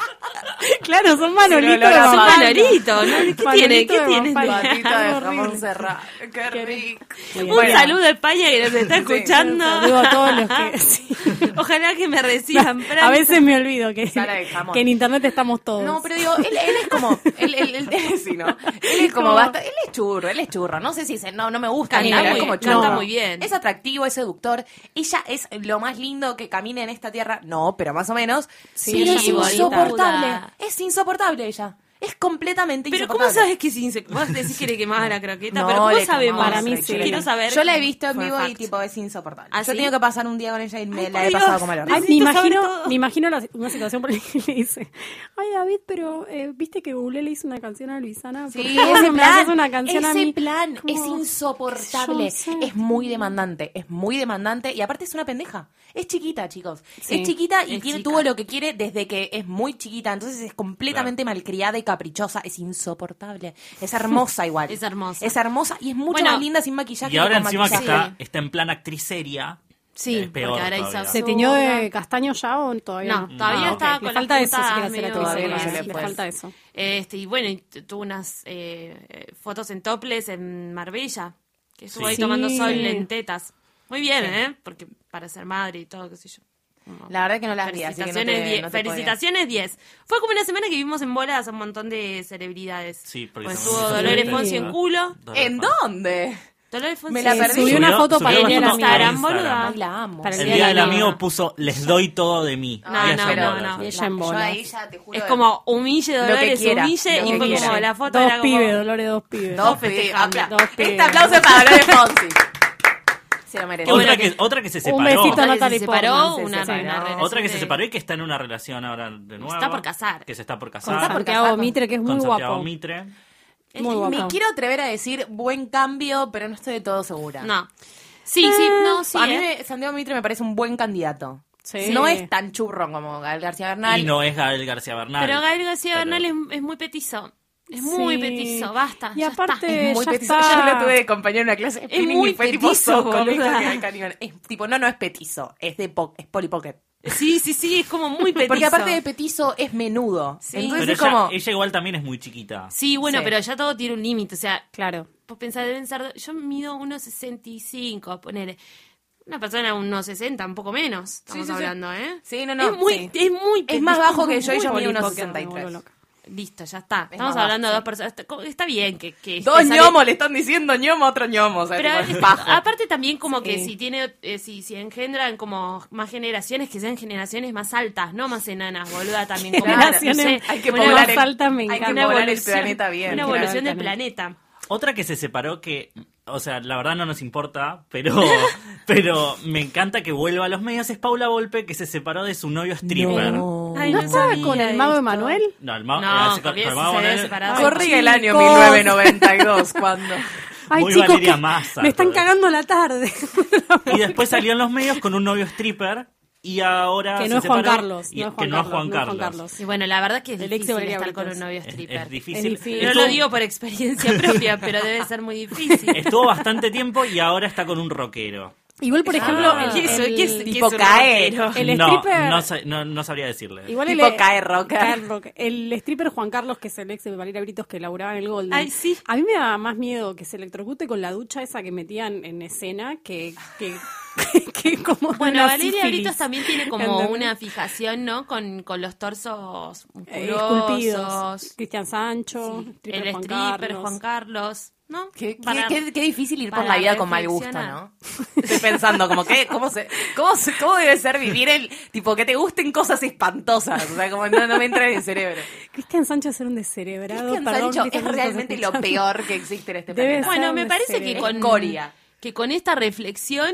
Speaker 6: Claro, son manolitos.
Speaker 5: olor a
Speaker 6: de
Speaker 3: Son
Speaker 5: Manolo.
Speaker 6: Mafalda.
Speaker 3: manolitos, ¿no? ¿Qué
Speaker 6: Manolito
Speaker 3: tiene? ¿Qué
Speaker 6: de
Speaker 3: tiene?
Speaker 6: Mafalda.
Speaker 5: Patita de
Speaker 6: Horrible.
Speaker 5: jamón serrano. Qué rico.
Speaker 3: Un
Speaker 5: Bueno,
Speaker 3: saludo a España que nos está escuchando.
Speaker 6: Saludo a todos los que. sí.
Speaker 3: Ojalá que me reciban pronto.
Speaker 6: A veces me olvido que,
Speaker 5: Sara de jamón.
Speaker 6: que en internet estamos todos.
Speaker 5: No, pero digo, él, él es como. Él, él, él- él- sí, ¿no? Él es como. basta- él es churro, él es churro. No sé si dice, no, no me gusta.
Speaker 3: Camina
Speaker 5: ni nada,
Speaker 3: muy-
Speaker 5: es como
Speaker 3: canta
Speaker 5: churro.
Speaker 3: muy bien.
Speaker 5: Es atractivo, es seductor. Ella es lo más lindo que camina en esta tierra. No, pero más o menos.
Speaker 6: Sí,
Speaker 5: pero
Speaker 6: ella
Speaker 5: es
Speaker 6: es bonita.
Speaker 5: insoportable. Es insoportable ella. Es completamente
Speaker 3: Pero ¿cómo
Speaker 5: insoportable.
Speaker 3: sabes que es insecto? Vos decís que le quemás la croqueta,
Speaker 5: No,
Speaker 3: pero ¿cómo
Speaker 5: le
Speaker 3: sabemos?
Speaker 5: quemamos
Speaker 6: Para mí sí.
Speaker 3: Yo quiero saber.
Speaker 5: Yo la he visto en
Speaker 3: for a
Speaker 5: vivo y
Speaker 3: fact.
Speaker 5: tipo es insoportable.
Speaker 3: ¿Ah,
Speaker 5: Yo he
Speaker 3: sí?
Speaker 5: tenido que pasar un día con ella y me
Speaker 3: Ay,
Speaker 5: la
Speaker 3: por
Speaker 5: he
Speaker 3: Dios.
Speaker 5: pasado como el orto.
Speaker 6: Ay, me
Speaker 3: Necesito saber
Speaker 6: imagino,
Speaker 3: todo.
Speaker 6: me imagino la- una situación por la que le dice, ay David, pero eh, viste que Google le hizo una canción a Luisana. ¿Por qué
Speaker 5: Sí,
Speaker 6: vos
Speaker 5: ese
Speaker 6: no me haces
Speaker 5: plan,
Speaker 6: una canción a
Speaker 5: ese
Speaker 6: mí?
Speaker 5: plan
Speaker 6: Como-
Speaker 5: es insoportable,
Speaker 6: qué sé yo, no sé.
Speaker 5: es muy demandante, es muy demandante y aparte es una pendeja, es chiquita chicos,
Speaker 6: Sí,
Speaker 5: es chiquita y
Speaker 3: es
Speaker 5: tiene,
Speaker 3: chica.
Speaker 5: tuvo lo que quiere desde que es muy chiquita, entonces es completamente malcriada y caprichosa, es insoportable, es hermosa igual,
Speaker 3: Es hermosa.
Speaker 5: es hermosa y es mucho
Speaker 3: Bueno,
Speaker 5: más linda sin maquillaje.
Speaker 4: Y ahora
Speaker 5: que con
Speaker 4: encima que
Speaker 5: maquillaje.
Speaker 4: está, está en plan actriz seria.
Speaker 3: Sí,
Speaker 4: es peor
Speaker 3: porque ahora
Speaker 4: todavía.
Speaker 3: hizo-
Speaker 6: ¿Se tiñó de castaño ya o todavía no?
Speaker 5: Mm.
Speaker 3: No, todavía
Speaker 6: Ah,
Speaker 3: está
Speaker 6: ok.
Speaker 3: con
Speaker 6: Le
Speaker 3: las
Speaker 6: falta eso, si
Speaker 3: puntas
Speaker 6: quiere hacer
Speaker 3: medio
Speaker 6: actriz,
Speaker 5: todavía no se le
Speaker 6: le
Speaker 5: puede.
Speaker 6: falta eso.
Speaker 3: Este, y bueno, y t- tuvo unas eh, fotos en toples en Marbella, que estuvo
Speaker 4: Sí.
Speaker 3: ahí
Speaker 6: Sí.
Speaker 3: tomando sol en tetas. Muy bien, ¿eh? Porque para ser madre y todo, qué sé yo.
Speaker 5: La verdad que no las vi, así que no
Speaker 3: Felicitaciones
Speaker 5: te-
Speaker 3: 10.
Speaker 5: no te podía.
Speaker 3: felicitaciones 10. Fue como una semana que vimos en bolas a un montón de celebridades.
Speaker 4: Sí, porque
Speaker 3: Pues
Speaker 4: son
Speaker 3: estuvo
Speaker 4: muchas
Speaker 3: Dolores
Speaker 4: celebridades.
Speaker 3: Fonsi en culo.
Speaker 5: ¿En dónde?
Speaker 3: Dolores Fonsi
Speaker 5: Me la
Speaker 3: en
Speaker 5: perdí.
Speaker 6: Subió
Speaker 5: Subió-
Speaker 6: una foto
Speaker 4: subió
Speaker 6: para
Speaker 4: una
Speaker 6: el día del
Speaker 4: foto
Speaker 6: amigo.
Speaker 3: Instagram,
Speaker 4: Para
Speaker 3: boluda.
Speaker 5: Ay, la amo.
Speaker 6: Ah. Para
Speaker 4: El día del
Speaker 6: amigo.
Speaker 4: amigo puso, les doy todo de mí.
Speaker 3: No,
Speaker 4: Y ella
Speaker 3: no,
Speaker 4: en
Speaker 3: no,
Speaker 4: bolas.
Speaker 3: no.
Speaker 6: Y ella en
Speaker 5: Yo
Speaker 6: bolas.
Speaker 5: ahí ya te juro.
Speaker 3: Es como humille
Speaker 5: que
Speaker 3: Dolores,
Speaker 5: quiera,
Speaker 3: humille.
Speaker 5: lo
Speaker 3: Y fue
Speaker 5: que
Speaker 3: como
Speaker 5: quiera.
Speaker 3: la foto
Speaker 6: Dos
Speaker 3: era como...
Speaker 6: pibes, Dolores, dos pibes.
Speaker 5: Dos pibes.
Speaker 3: festejando,
Speaker 5: apla-
Speaker 6: dos pibes.
Speaker 5: Este aplauso es para Dolores Fonsi. Se lo merece.
Speaker 4: Otra,
Speaker 3: bueno
Speaker 4: que, otra que se
Speaker 6: un
Speaker 4: separó.
Speaker 6: besito
Speaker 3: Otra que
Speaker 6: Natalie
Speaker 3: se separó,
Speaker 6: Portman,
Speaker 3: una,
Speaker 6: se
Speaker 3: una
Speaker 6: separó.
Speaker 3: relación
Speaker 4: Otra que se
Speaker 3: de-
Speaker 4: separó y que está en una relación ahora de nuevo.
Speaker 3: está por casar.
Speaker 4: Que se está por casar.
Speaker 6: Con
Speaker 5: Está por
Speaker 6: Santiago
Speaker 5: casado.
Speaker 6: Mitre, que es muy
Speaker 4: con Santiago
Speaker 6: guapo.
Speaker 4: Mitre.
Speaker 6: Muy guapo.
Speaker 5: Me quiero atrever a decir buen cambio, pero no estoy de todo segura.
Speaker 3: No. Sí, sí, no, sí.
Speaker 5: Ah, a mí
Speaker 3: eh.
Speaker 5: me- Santiago Mitre me parece un buen candidato.
Speaker 6: Sí.
Speaker 5: No es tan churro como Gael García Bernal.
Speaker 4: Y no es Gael García Bernal.
Speaker 3: Pero Gael García
Speaker 4: Pero-
Speaker 3: Bernal es, es muy petizo. Es muy
Speaker 6: Sí.
Speaker 3: petizo, basta.
Speaker 6: Y
Speaker 3: ya está.
Speaker 6: aparte-
Speaker 5: Es muy
Speaker 6: ya
Speaker 5: petizo.
Speaker 6: está.
Speaker 5: Yo lo tuve de compañero en una clase de
Speaker 3: Es
Speaker 5: spinning
Speaker 3: muy
Speaker 5: y fue tipo
Speaker 3: petizo,
Speaker 5: sos cómico
Speaker 3: boluda.
Speaker 5: que el cañón. Es tipo, no, no es petizo, es de po- es polipocket.
Speaker 3: Sí, sí, sí, es como muy petizo.
Speaker 5: Porque aparte de petizo es menudo.
Speaker 3: Sí.
Speaker 5: Entonces
Speaker 4: Pero
Speaker 5: es
Speaker 4: ella,
Speaker 5: como
Speaker 4: ella igual también es muy chiquita.
Speaker 3: Sí, bueno,
Speaker 5: Sí.
Speaker 3: pero ya todo tiene un límite. O sea,
Speaker 6: Claro.
Speaker 3: vos pensás, deben ser. Yo mido 1,65, ponele. Una persona unos 60, un poco menos. Estamos
Speaker 5: sí, sí.
Speaker 3: hablando, ¿eh?
Speaker 5: Sí, no, no,
Speaker 3: Es muy,
Speaker 5: sí.
Speaker 3: es muy
Speaker 5: es más
Speaker 3: petizo,
Speaker 5: bajo
Speaker 3: muy
Speaker 5: que yo y yo
Speaker 3: petizo.
Speaker 5: mido unos
Speaker 6: Porque me vuelvo
Speaker 5: 63.
Speaker 6: loca.
Speaker 3: Listo, ya está.
Speaker 5: más
Speaker 3: Estamos
Speaker 5: bajo,
Speaker 3: hablando de
Speaker 5: sí.
Speaker 3: dos personas. Está, está bien que. que
Speaker 5: Dos
Speaker 3: que sale-
Speaker 5: ñomos le están diciendo ñomo a otro ñomo. O sea,
Speaker 3: Pero
Speaker 5: tipo, es
Speaker 3: es-
Speaker 5: bajo.
Speaker 3: aparte también como que
Speaker 6: Sí.
Speaker 3: si tiene eh, si, si engendran como más generaciones que sean generaciones más altas, no más enanas, boluda también como
Speaker 6: Generaciones,
Speaker 5: hay que
Speaker 3: una-
Speaker 5: poblar
Speaker 6: más
Speaker 5: el,
Speaker 6: alta me
Speaker 5: hay que
Speaker 6: encanta.
Speaker 5: poblar el
Speaker 6: Evolución.
Speaker 5: planeta bien.
Speaker 3: una
Speaker 6: Claro,
Speaker 3: evolución del
Speaker 6: también.
Speaker 3: planeta.
Speaker 4: Otra que se separó que, o sea, la verdad no nos importa, pero, pero me encanta que vuelva a los medios es Paula Volpe que se separó de su novio stripper. No,
Speaker 3: Ay,
Speaker 6: ¿No, estaba
Speaker 3: sabía
Speaker 6: con
Speaker 3: de
Speaker 6: el mago
Speaker 3: esto.
Speaker 6: Emanuel?
Speaker 4: el ma-
Speaker 3: No,
Speaker 4: eh, se-
Speaker 3: también
Speaker 4: el
Speaker 3: se
Speaker 4: mago
Speaker 3: había
Speaker 4: Manuel-
Speaker 3: separado.
Speaker 5: Corría el año
Speaker 6: Chicos.
Speaker 5: 1992 cuando.
Speaker 6: Ay,
Speaker 4: Muy
Speaker 6: chicos,
Speaker 4: Valeria
Speaker 6: que
Speaker 4: Massa, pues.
Speaker 6: me están
Speaker 4: pero-
Speaker 6: cagando la tarde.
Speaker 4: Y después salió en los medios con un novio stripper y ahora
Speaker 6: Que
Speaker 4: se
Speaker 6: no es Juan
Speaker 4: separó
Speaker 6: Carlos,
Speaker 4: y-
Speaker 6: no es
Speaker 4: que
Speaker 6: Juan
Speaker 4: no es Juan
Speaker 6: Carlos, no es Juan
Speaker 4: Carlos.
Speaker 6: Carlos.
Speaker 3: Y bueno, la verdad que es
Speaker 6: El ex de
Speaker 3: difícil
Speaker 6: Valeria
Speaker 3: estar con un
Speaker 6: Britos.
Speaker 3: novio
Speaker 4: Es- es
Speaker 3: stripper.
Speaker 4: difícil.
Speaker 6: Es difícil.
Speaker 3: No lo digo por experiencia propia, pero debe ser muy difícil.
Speaker 4: Estuvo bastante tiempo y ahora está con un rockero.
Speaker 6: Igual, por ejemplo,
Speaker 4: Ah.
Speaker 6: el,
Speaker 3: ¿Qué es-
Speaker 6: el-
Speaker 3: qué es- qué
Speaker 5: tipo
Speaker 3: es un
Speaker 5: cae.
Speaker 3: rockero?
Speaker 6: El
Speaker 4: no,
Speaker 6: stripper-
Speaker 4: no, sa- no- no sabría decirle.
Speaker 6: igual
Speaker 5: Tipo
Speaker 6: el- eh,
Speaker 5: cae roca.
Speaker 6: cae roca. El stripper Juan Carlos, que es el ex de Valeria Britos que laburaba en el Golden.
Speaker 3: Ay, sí.
Speaker 6: A mí me da más miedo que se electrocute con la ducha esa que metían en escena que, que, que como de
Speaker 3: Bueno,
Speaker 6: una
Speaker 3: Valeria
Speaker 6: sífilis.
Speaker 3: Britos también tiene como
Speaker 6: ¿Entendés?
Speaker 3: una fijación, ¿no? Con, con los torsos
Speaker 6: Eh,
Speaker 3: musculosos.
Speaker 6: esculpidos. Cristian Sancho, stripper
Speaker 3: el
Speaker 6: Juan
Speaker 3: stripper
Speaker 6: Carlos.
Speaker 3: Juan Carlos, ¿no?
Speaker 5: Qué, qué-
Speaker 3: Para-
Speaker 5: qué- qué difícil ir por
Speaker 3: para
Speaker 5: la vida con mal gusto,
Speaker 3: reflexionar.
Speaker 5: ¿no? Estoy pensando, como que, ¿cómo, se, cómo, se- ¿cómo debe ser vivir el. Tipo, que te gusten cosas espantosas. O sea, como no, no me entra en el cerebro.
Speaker 6: Cristian Sancho es un descerebrado.
Speaker 5: Cristian
Speaker 6: perdón,
Speaker 5: Sancho
Speaker 6: Cristian
Speaker 5: es
Speaker 6: Sancho,
Speaker 5: realmente lo
Speaker 6: escuchame.
Speaker 5: peor que existe en este
Speaker 6: Debe
Speaker 5: planeta.
Speaker 6: ser.
Speaker 3: Bueno, me
Speaker 6: Ser
Speaker 3: parece que
Speaker 6: deseo.
Speaker 3: con
Speaker 5: Escoria.
Speaker 3: que con esta reflexión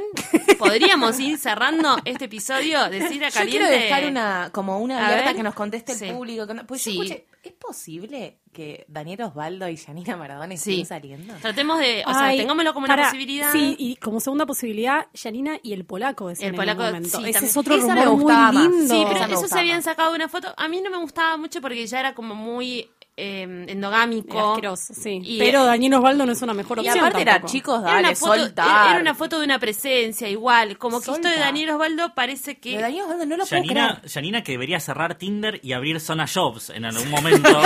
Speaker 3: podríamos ir cerrando este episodio de Sidra
Speaker 5: Yo
Speaker 3: Caliente.
Speaker 5: quiero dejar una, como una
Speaker 3: A
Speaker 5: abierta
Speaker 3: ver.
Speaker 5: que nos conteste el
Speaker 3: Sí.
Speaker 5: público. que no- Pues yo
Speaker 3: Sí.
Speaker 5: escuché, ¿es posible que Daniel Osvaldo y Yanina Maradona estén
Speaker 3: Sí.
Speaker 5: saliendo?
Speaker 3: Tratemos de, o
Speaker 6: Ay,
Speaker 3: sea, tengámoslo como una
Speaker 6: pará,
Speaker 3: posibilidad.
Speaker 6: Sí, y como segunda posibilidad, Yanina y el polaco.
Speaker 3: El
Speaker 6: decían en algún
Speaker 3: polaco,
Speaker 6: momento.
Speaker 3: sí,
Speaker 6: Ese es
Speaker 3: también.
Speaker 6: otro
Speaker 5: Esa me
Speaker 6: rumor muy
Speaker 5: gustaba más.
Speaker 6: lindo.
Speaker 3: Sí,
Speaker 5: No.
Speaker 3: pero
Speaker 5: Esa me
Speaker 3: ellos
Speaker 5: gustaba.
Speaker 3: habían sacado una foto. A mí no me gustaba mucho porque ya era como muy eh, endogámico.
Speaker 6: Era asqueroso, sí.
Speaker 3: Y-
Speaker 6: pero Daniel Osvaldo no es una mejor
Speaker 5: Y
Speaker 6: opción.
Speaker 5: aparte era
Speaker 6: tampoco.
Speaker 5: chicos,
Speaker 3: Era
Speaker 5: dale,
Speaker 3: una, foto,
Speaker 5: soltar.
Speaker 3: era una foto de una presencia igual. Como que esto de
Speaker 5: Soltar.
Speaker 3: Daniel Osvaldo parece
Speaker 5: Lo de
Speaker 3: que
Speaker 5: Daniel Osvaldo no lo puedo
Speaker 4: Janina,
Speaker 5: creer.
Speaker 4: Janina que debería cerrar Tinder y abrir Zona Jobs en algún momento.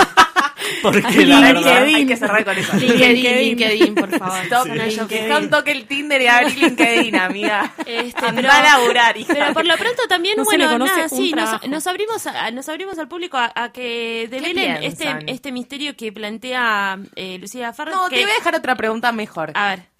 Speaker 4: Porque la
Speaker 5: Para
Speaker 4: verdad.
Speaker 5: LinkedIn, hay que cerrar con eso.
Speaker 3: LinkedIn, LinkedIn, por favor.
Speaker 5: Stop
Speaker 3: Zona
Speaker 5: LinkedIn.
Speaker 3: Shopping.
Speaker 5: Stop toque el Tinder y abrí LinkedIn, amiga.
Speaker 3: Este,
Speaker 5: Andá
Speaker 3: pero-
Speaker 5: a laburar, hija.
Speaker 3: Pero por lo pronto también,
Speaker 6: No se le
Speaker 3: bueno,
Speaker 6: conoce
Speaker 3: nada,
Speaker 6: un
Speaker 3: sí, nos,
Speaker 6: trabajo.
Speaker 3: nos abrimos a- nos abrimos al público a, a que develen este,
Speaker 5: piensan?
Speaker 3: este misterio que plantea eh, Lucía Ferro.
Speaker 5: No,
Speaker 3: que-
Speaker 5: te voy a dejar otra pregunta mejor.
Speaker 3: A ver,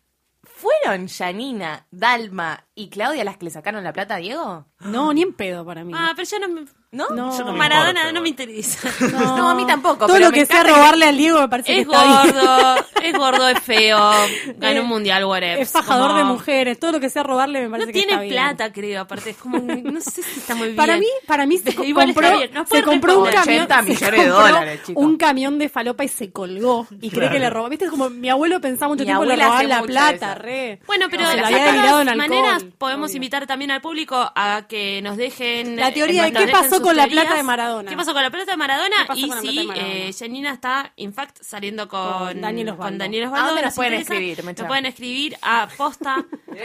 Speaker 5: ¿Fueron Janina, Dalma y Claudia las que le sacaron la plata a Diego?
Speaker 6: No, ni en pedo para mí.
Speaker 3: Ah, pero yo no me...
Speaker 5: ¿No?
Speaker 6: No.
Speaker 4: Yo no me
Speaker 3: Maradona
Speaker 4: importa,
Speaker 3: no
Speaker 4: igual.
Speaker 3: me interesa.
Speaker 5: No, a mí tampoco.
Speaker 6: Todo
Speaker 5: pero
Speaker 6: lo
Speaker 5: me
Speaker 6: que sea
Speaker 5: encanta
Speaker 6: robarle al Diego me parece que
Speaker 3: Es
Speaker 6: está bien.
Speaker 3: gordo, es gordo, es feo, ganó un mundial, whatever.
Speaker 6: Eh, Es fajador
Speaker 3: Como-
Speaker 6: de mujeres. Todo lo que sea robarle me parece
Speaker 3: No
Speaker 6: que está
Speaker 3: tiene
Speaker 6: bien.
Speaker 3: plata, creo, aparte es como, un- no sé si está muy bien.
Speaker 6: Para mí, para mí se co-
Speaker 3: Igual está
Speaker 6: compró,
Speaker 3: bien, nos
Speaker 6: se
Speaker 3: pueden
Speaker 6: compró un
Speaker 3: recobrar.
Speaker 6: camión,
Speaker 5: 80
Speaker 6: se
Speaker 5: millones de
Speaker 6: compró
Speaker 5: dólares, chico.
Speaker 6: un camión de falopa y se colgó y cree que le robó. Viste como mi abuelo pensaba mucho
Speaker 5: Mi
Speaker 6: tiempo le
Speaker 5: abuela
Speaker 6: robaban
Speaker 5: hace
Speaker 6: la
Speaker 5: mucho
Speaker 6: plata,
Speaker 5: eso.
Speaker 6: re.
Speaker 3: Bueno, pero
Speaker 6: No, se
Speaker 3: de
Speaker 6: la había
Speaker 3: todas
Speaker 6: delirado en alcohol,
Speaker 3: maneras podemos
Speaker 6: obvio.
Speaker 3: invitar también al público a que nos dejen eh,
Speaker 6: La teoría de
Speaker 3: nos
Speaker 6: qué
Speaker 3: dejen
Speaker 6: pasó
Speaker 3: sus
Speaker 6: con la
Speaker 3: teorías.
Speaker 6: plata de Maradona.
Speaker 3: ¿Qué pasó con la plata de Maradona?
Speaker 6: ¿Qué pasó
Speaker 3: Y
Speaker 6: con la plata de
Speaker 3: si
Speaker 6: Maradona?
Speaker 3: eh, Janina está, in fact, saliendo con
Speaker 6: Con Daniel Osvaldo.
Speaker 3: con Daniel
Speaker 6: ¿A
Speaker 3: Osvaldo,
Speaker 5: dónde nos
Speaker 3: nos
Speaker 5: pueden
Speaker 3: interesa,
Speaker 5: escribir,
Speaker 3: Nos
Speaker 5: Mecha?
Speaker 3: pueden escribir a posta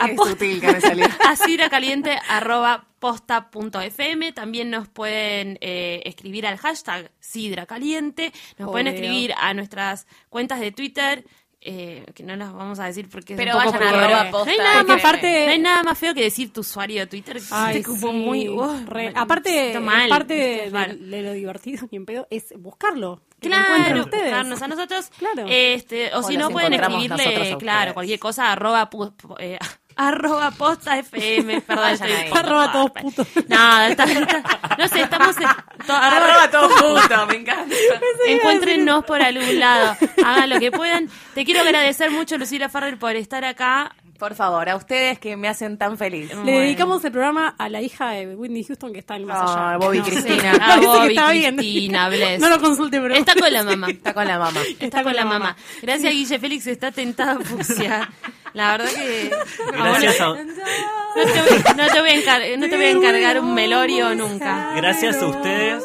Speaker 3: a
Speaker 5: Qué
Speaker 3: posta-
Speaker 5: sutil que me salió.
Speaker 3: a sidracaliente@posta.fm. También nos pueden eh, escribir al hashtag sidracaliente. Nos pueden
Speaker 6: Obvio.
Speaker 3: escribir a nuestras cuentas de Twitter. eh, que no las vamos a decir porque es
Speaker 5: Pero
Speaker 3: un poco
Speaker 5: vayan a
Speaker 3: pudor.
Speaker 5: arroba posta.
Speaker 3: No hay nada
Speaker 6: Porque
Speaker 3: más
Speaker 6: aparte
Speaker 3: no hay nada más feo que decir tu usuario de Twitter. que
Speaker 6: Ay,
Speaker 3: te como
Speaker 6: sí,
Speaker 3: muy. oh,
Speaker 6: re-
Speaker 3: me
Speaker 6: aparte,
Speaker 3: siento mal,
Speaker 6: parte
Speaker 3: me
Speaker 6: de,
Speaker 3: siento mal.
Speaker 6: de lo divertido ni en pedo es buscarlo. Que lo encuentren
Speaker 3: Claro,
Speaker 6: ustedes.
Speaker 3: buscarnos a nosotros.
Speaker 6: Claro.
Speaker 3: Este, o
Speaker 5: O
Speaker 3: si
Speaker 5: los
Speaker 3: no, pueden
Speaker 5: encontramos nosotros a
Speaker 3: escribirle,
Speaker 5: ustedes.
Speaker 3: claro, cualquier cosa, arroba, pu- eh, arroba posta FM, perdón.
Speaker 5: Vayan
Speaker 3: estoy-
Speaker 5: ahí.
Speaker 6: Arroba todos putos.
Speaker 3: No, está- está- no sé, estamos... en- to- arroba-
Speaker 5: Arroba todo puto, me encanta.
Speaker 3: Encuéntrennos por algún lado, hagan lo que puedan. Te quiero agradecer mucho, Lucila Farrell, por estar acá.
Speaker 5: Por favor, a ustedes que me hacen tan feliz.
Speaker 6: Le dedicamos el programa a la hija de Whitney Houston que está en el más
Speaker 5: Ah,
Speaker 6: allá.
Speaker 5: Bobby
Speaker 6: sé.
Speaker 5: Cristina.
Speaker 3: Ah,
Speaker 6: Parece que
Speaker 3: Bobby
Speaker 6: está bien.
Speaker 3: Cristina, bless.
Speaker 6: No lo consulte, pero
Speaker 3: Está con la mamá.
Speaker 5: Está con la mamá.
Speaker 3: Está, con la mamá. Gracias, Guille Félix, está tentada fucsia. La verdad que...
Speaker 4: Gracias a,
Speaker 3: No te, voy- no te voy, a encar- no te voy a encargar un melorio nunca.
Speaker 4: gracias a ustedes.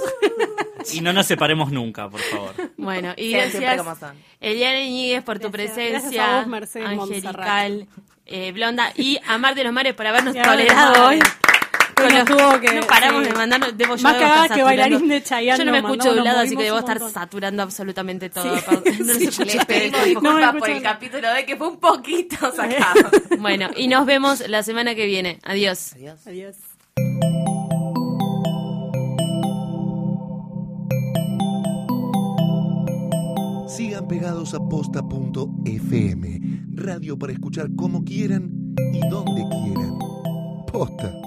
Speaker 4: Y no nos separemos nunca, por favor.
Speaker 3: Bueno, y
Speaker 5: Sean siempre
Speaker 3: gracias,
Speaker 5: como son.
Speaker 3: Eliana Iñiguez, por tu
Speaker 6: Gracias.
Speaker 3: presencia
Speaker 6: Gracias a vos, Mercedes
Speaker 3: angelical, eh, blonda, y a Mar de los Mares por habernos
Speaker 6: Y a Mar de los
Speaker 3: tolerado hoy.
Speaker 6: Mares. Hoy nos tuvo que-
Speaker 3: no paramos
Speaker 6: sí.
Speaker 3: de mandarnos, debo yo
Speaker 6: Más
Speaker 3: debo estar
Speaker 6: cagadas que
Speaker 3: saturando.
Speaker 6: bailarín de Chayanne
Speaker 3: Yo no me
Speaker 6: nos
Speaker 3: escucho de un
Speaker 6: mandamos,
Speaker 3: lado,
Speaker 6: nos
Speaker 3: así que
Speaker 6: movimos
Speaker 3: debo
Speaker 6: un
Speaker 3: estar
Speaker 6: montón.
Speaker 3: saturando absolutamente todo.
Speaker 6: Sí.
Speaker 3: perdón, no
Speaker 6: Sí,
Speaker 3: les escucho
Speaker 5: Les
Speaker 3: a ustedes.
Speaker 5: pedimos
Speaker 6: No,
Speaker 5: disculpas
Speaker 6: escucha,
Speaker 5: por el
Speaker 6: no.
Speaker 5: capítulo de que fue un poquito sacado.
Speaker 3: Bueno, y nos vemos la semana que viene. Adiós.
Speaker 6: Adiós.
Speaker 1: Sigan pegados a posta.fm, radio para escuchar como quieran y donde quieran. Posta.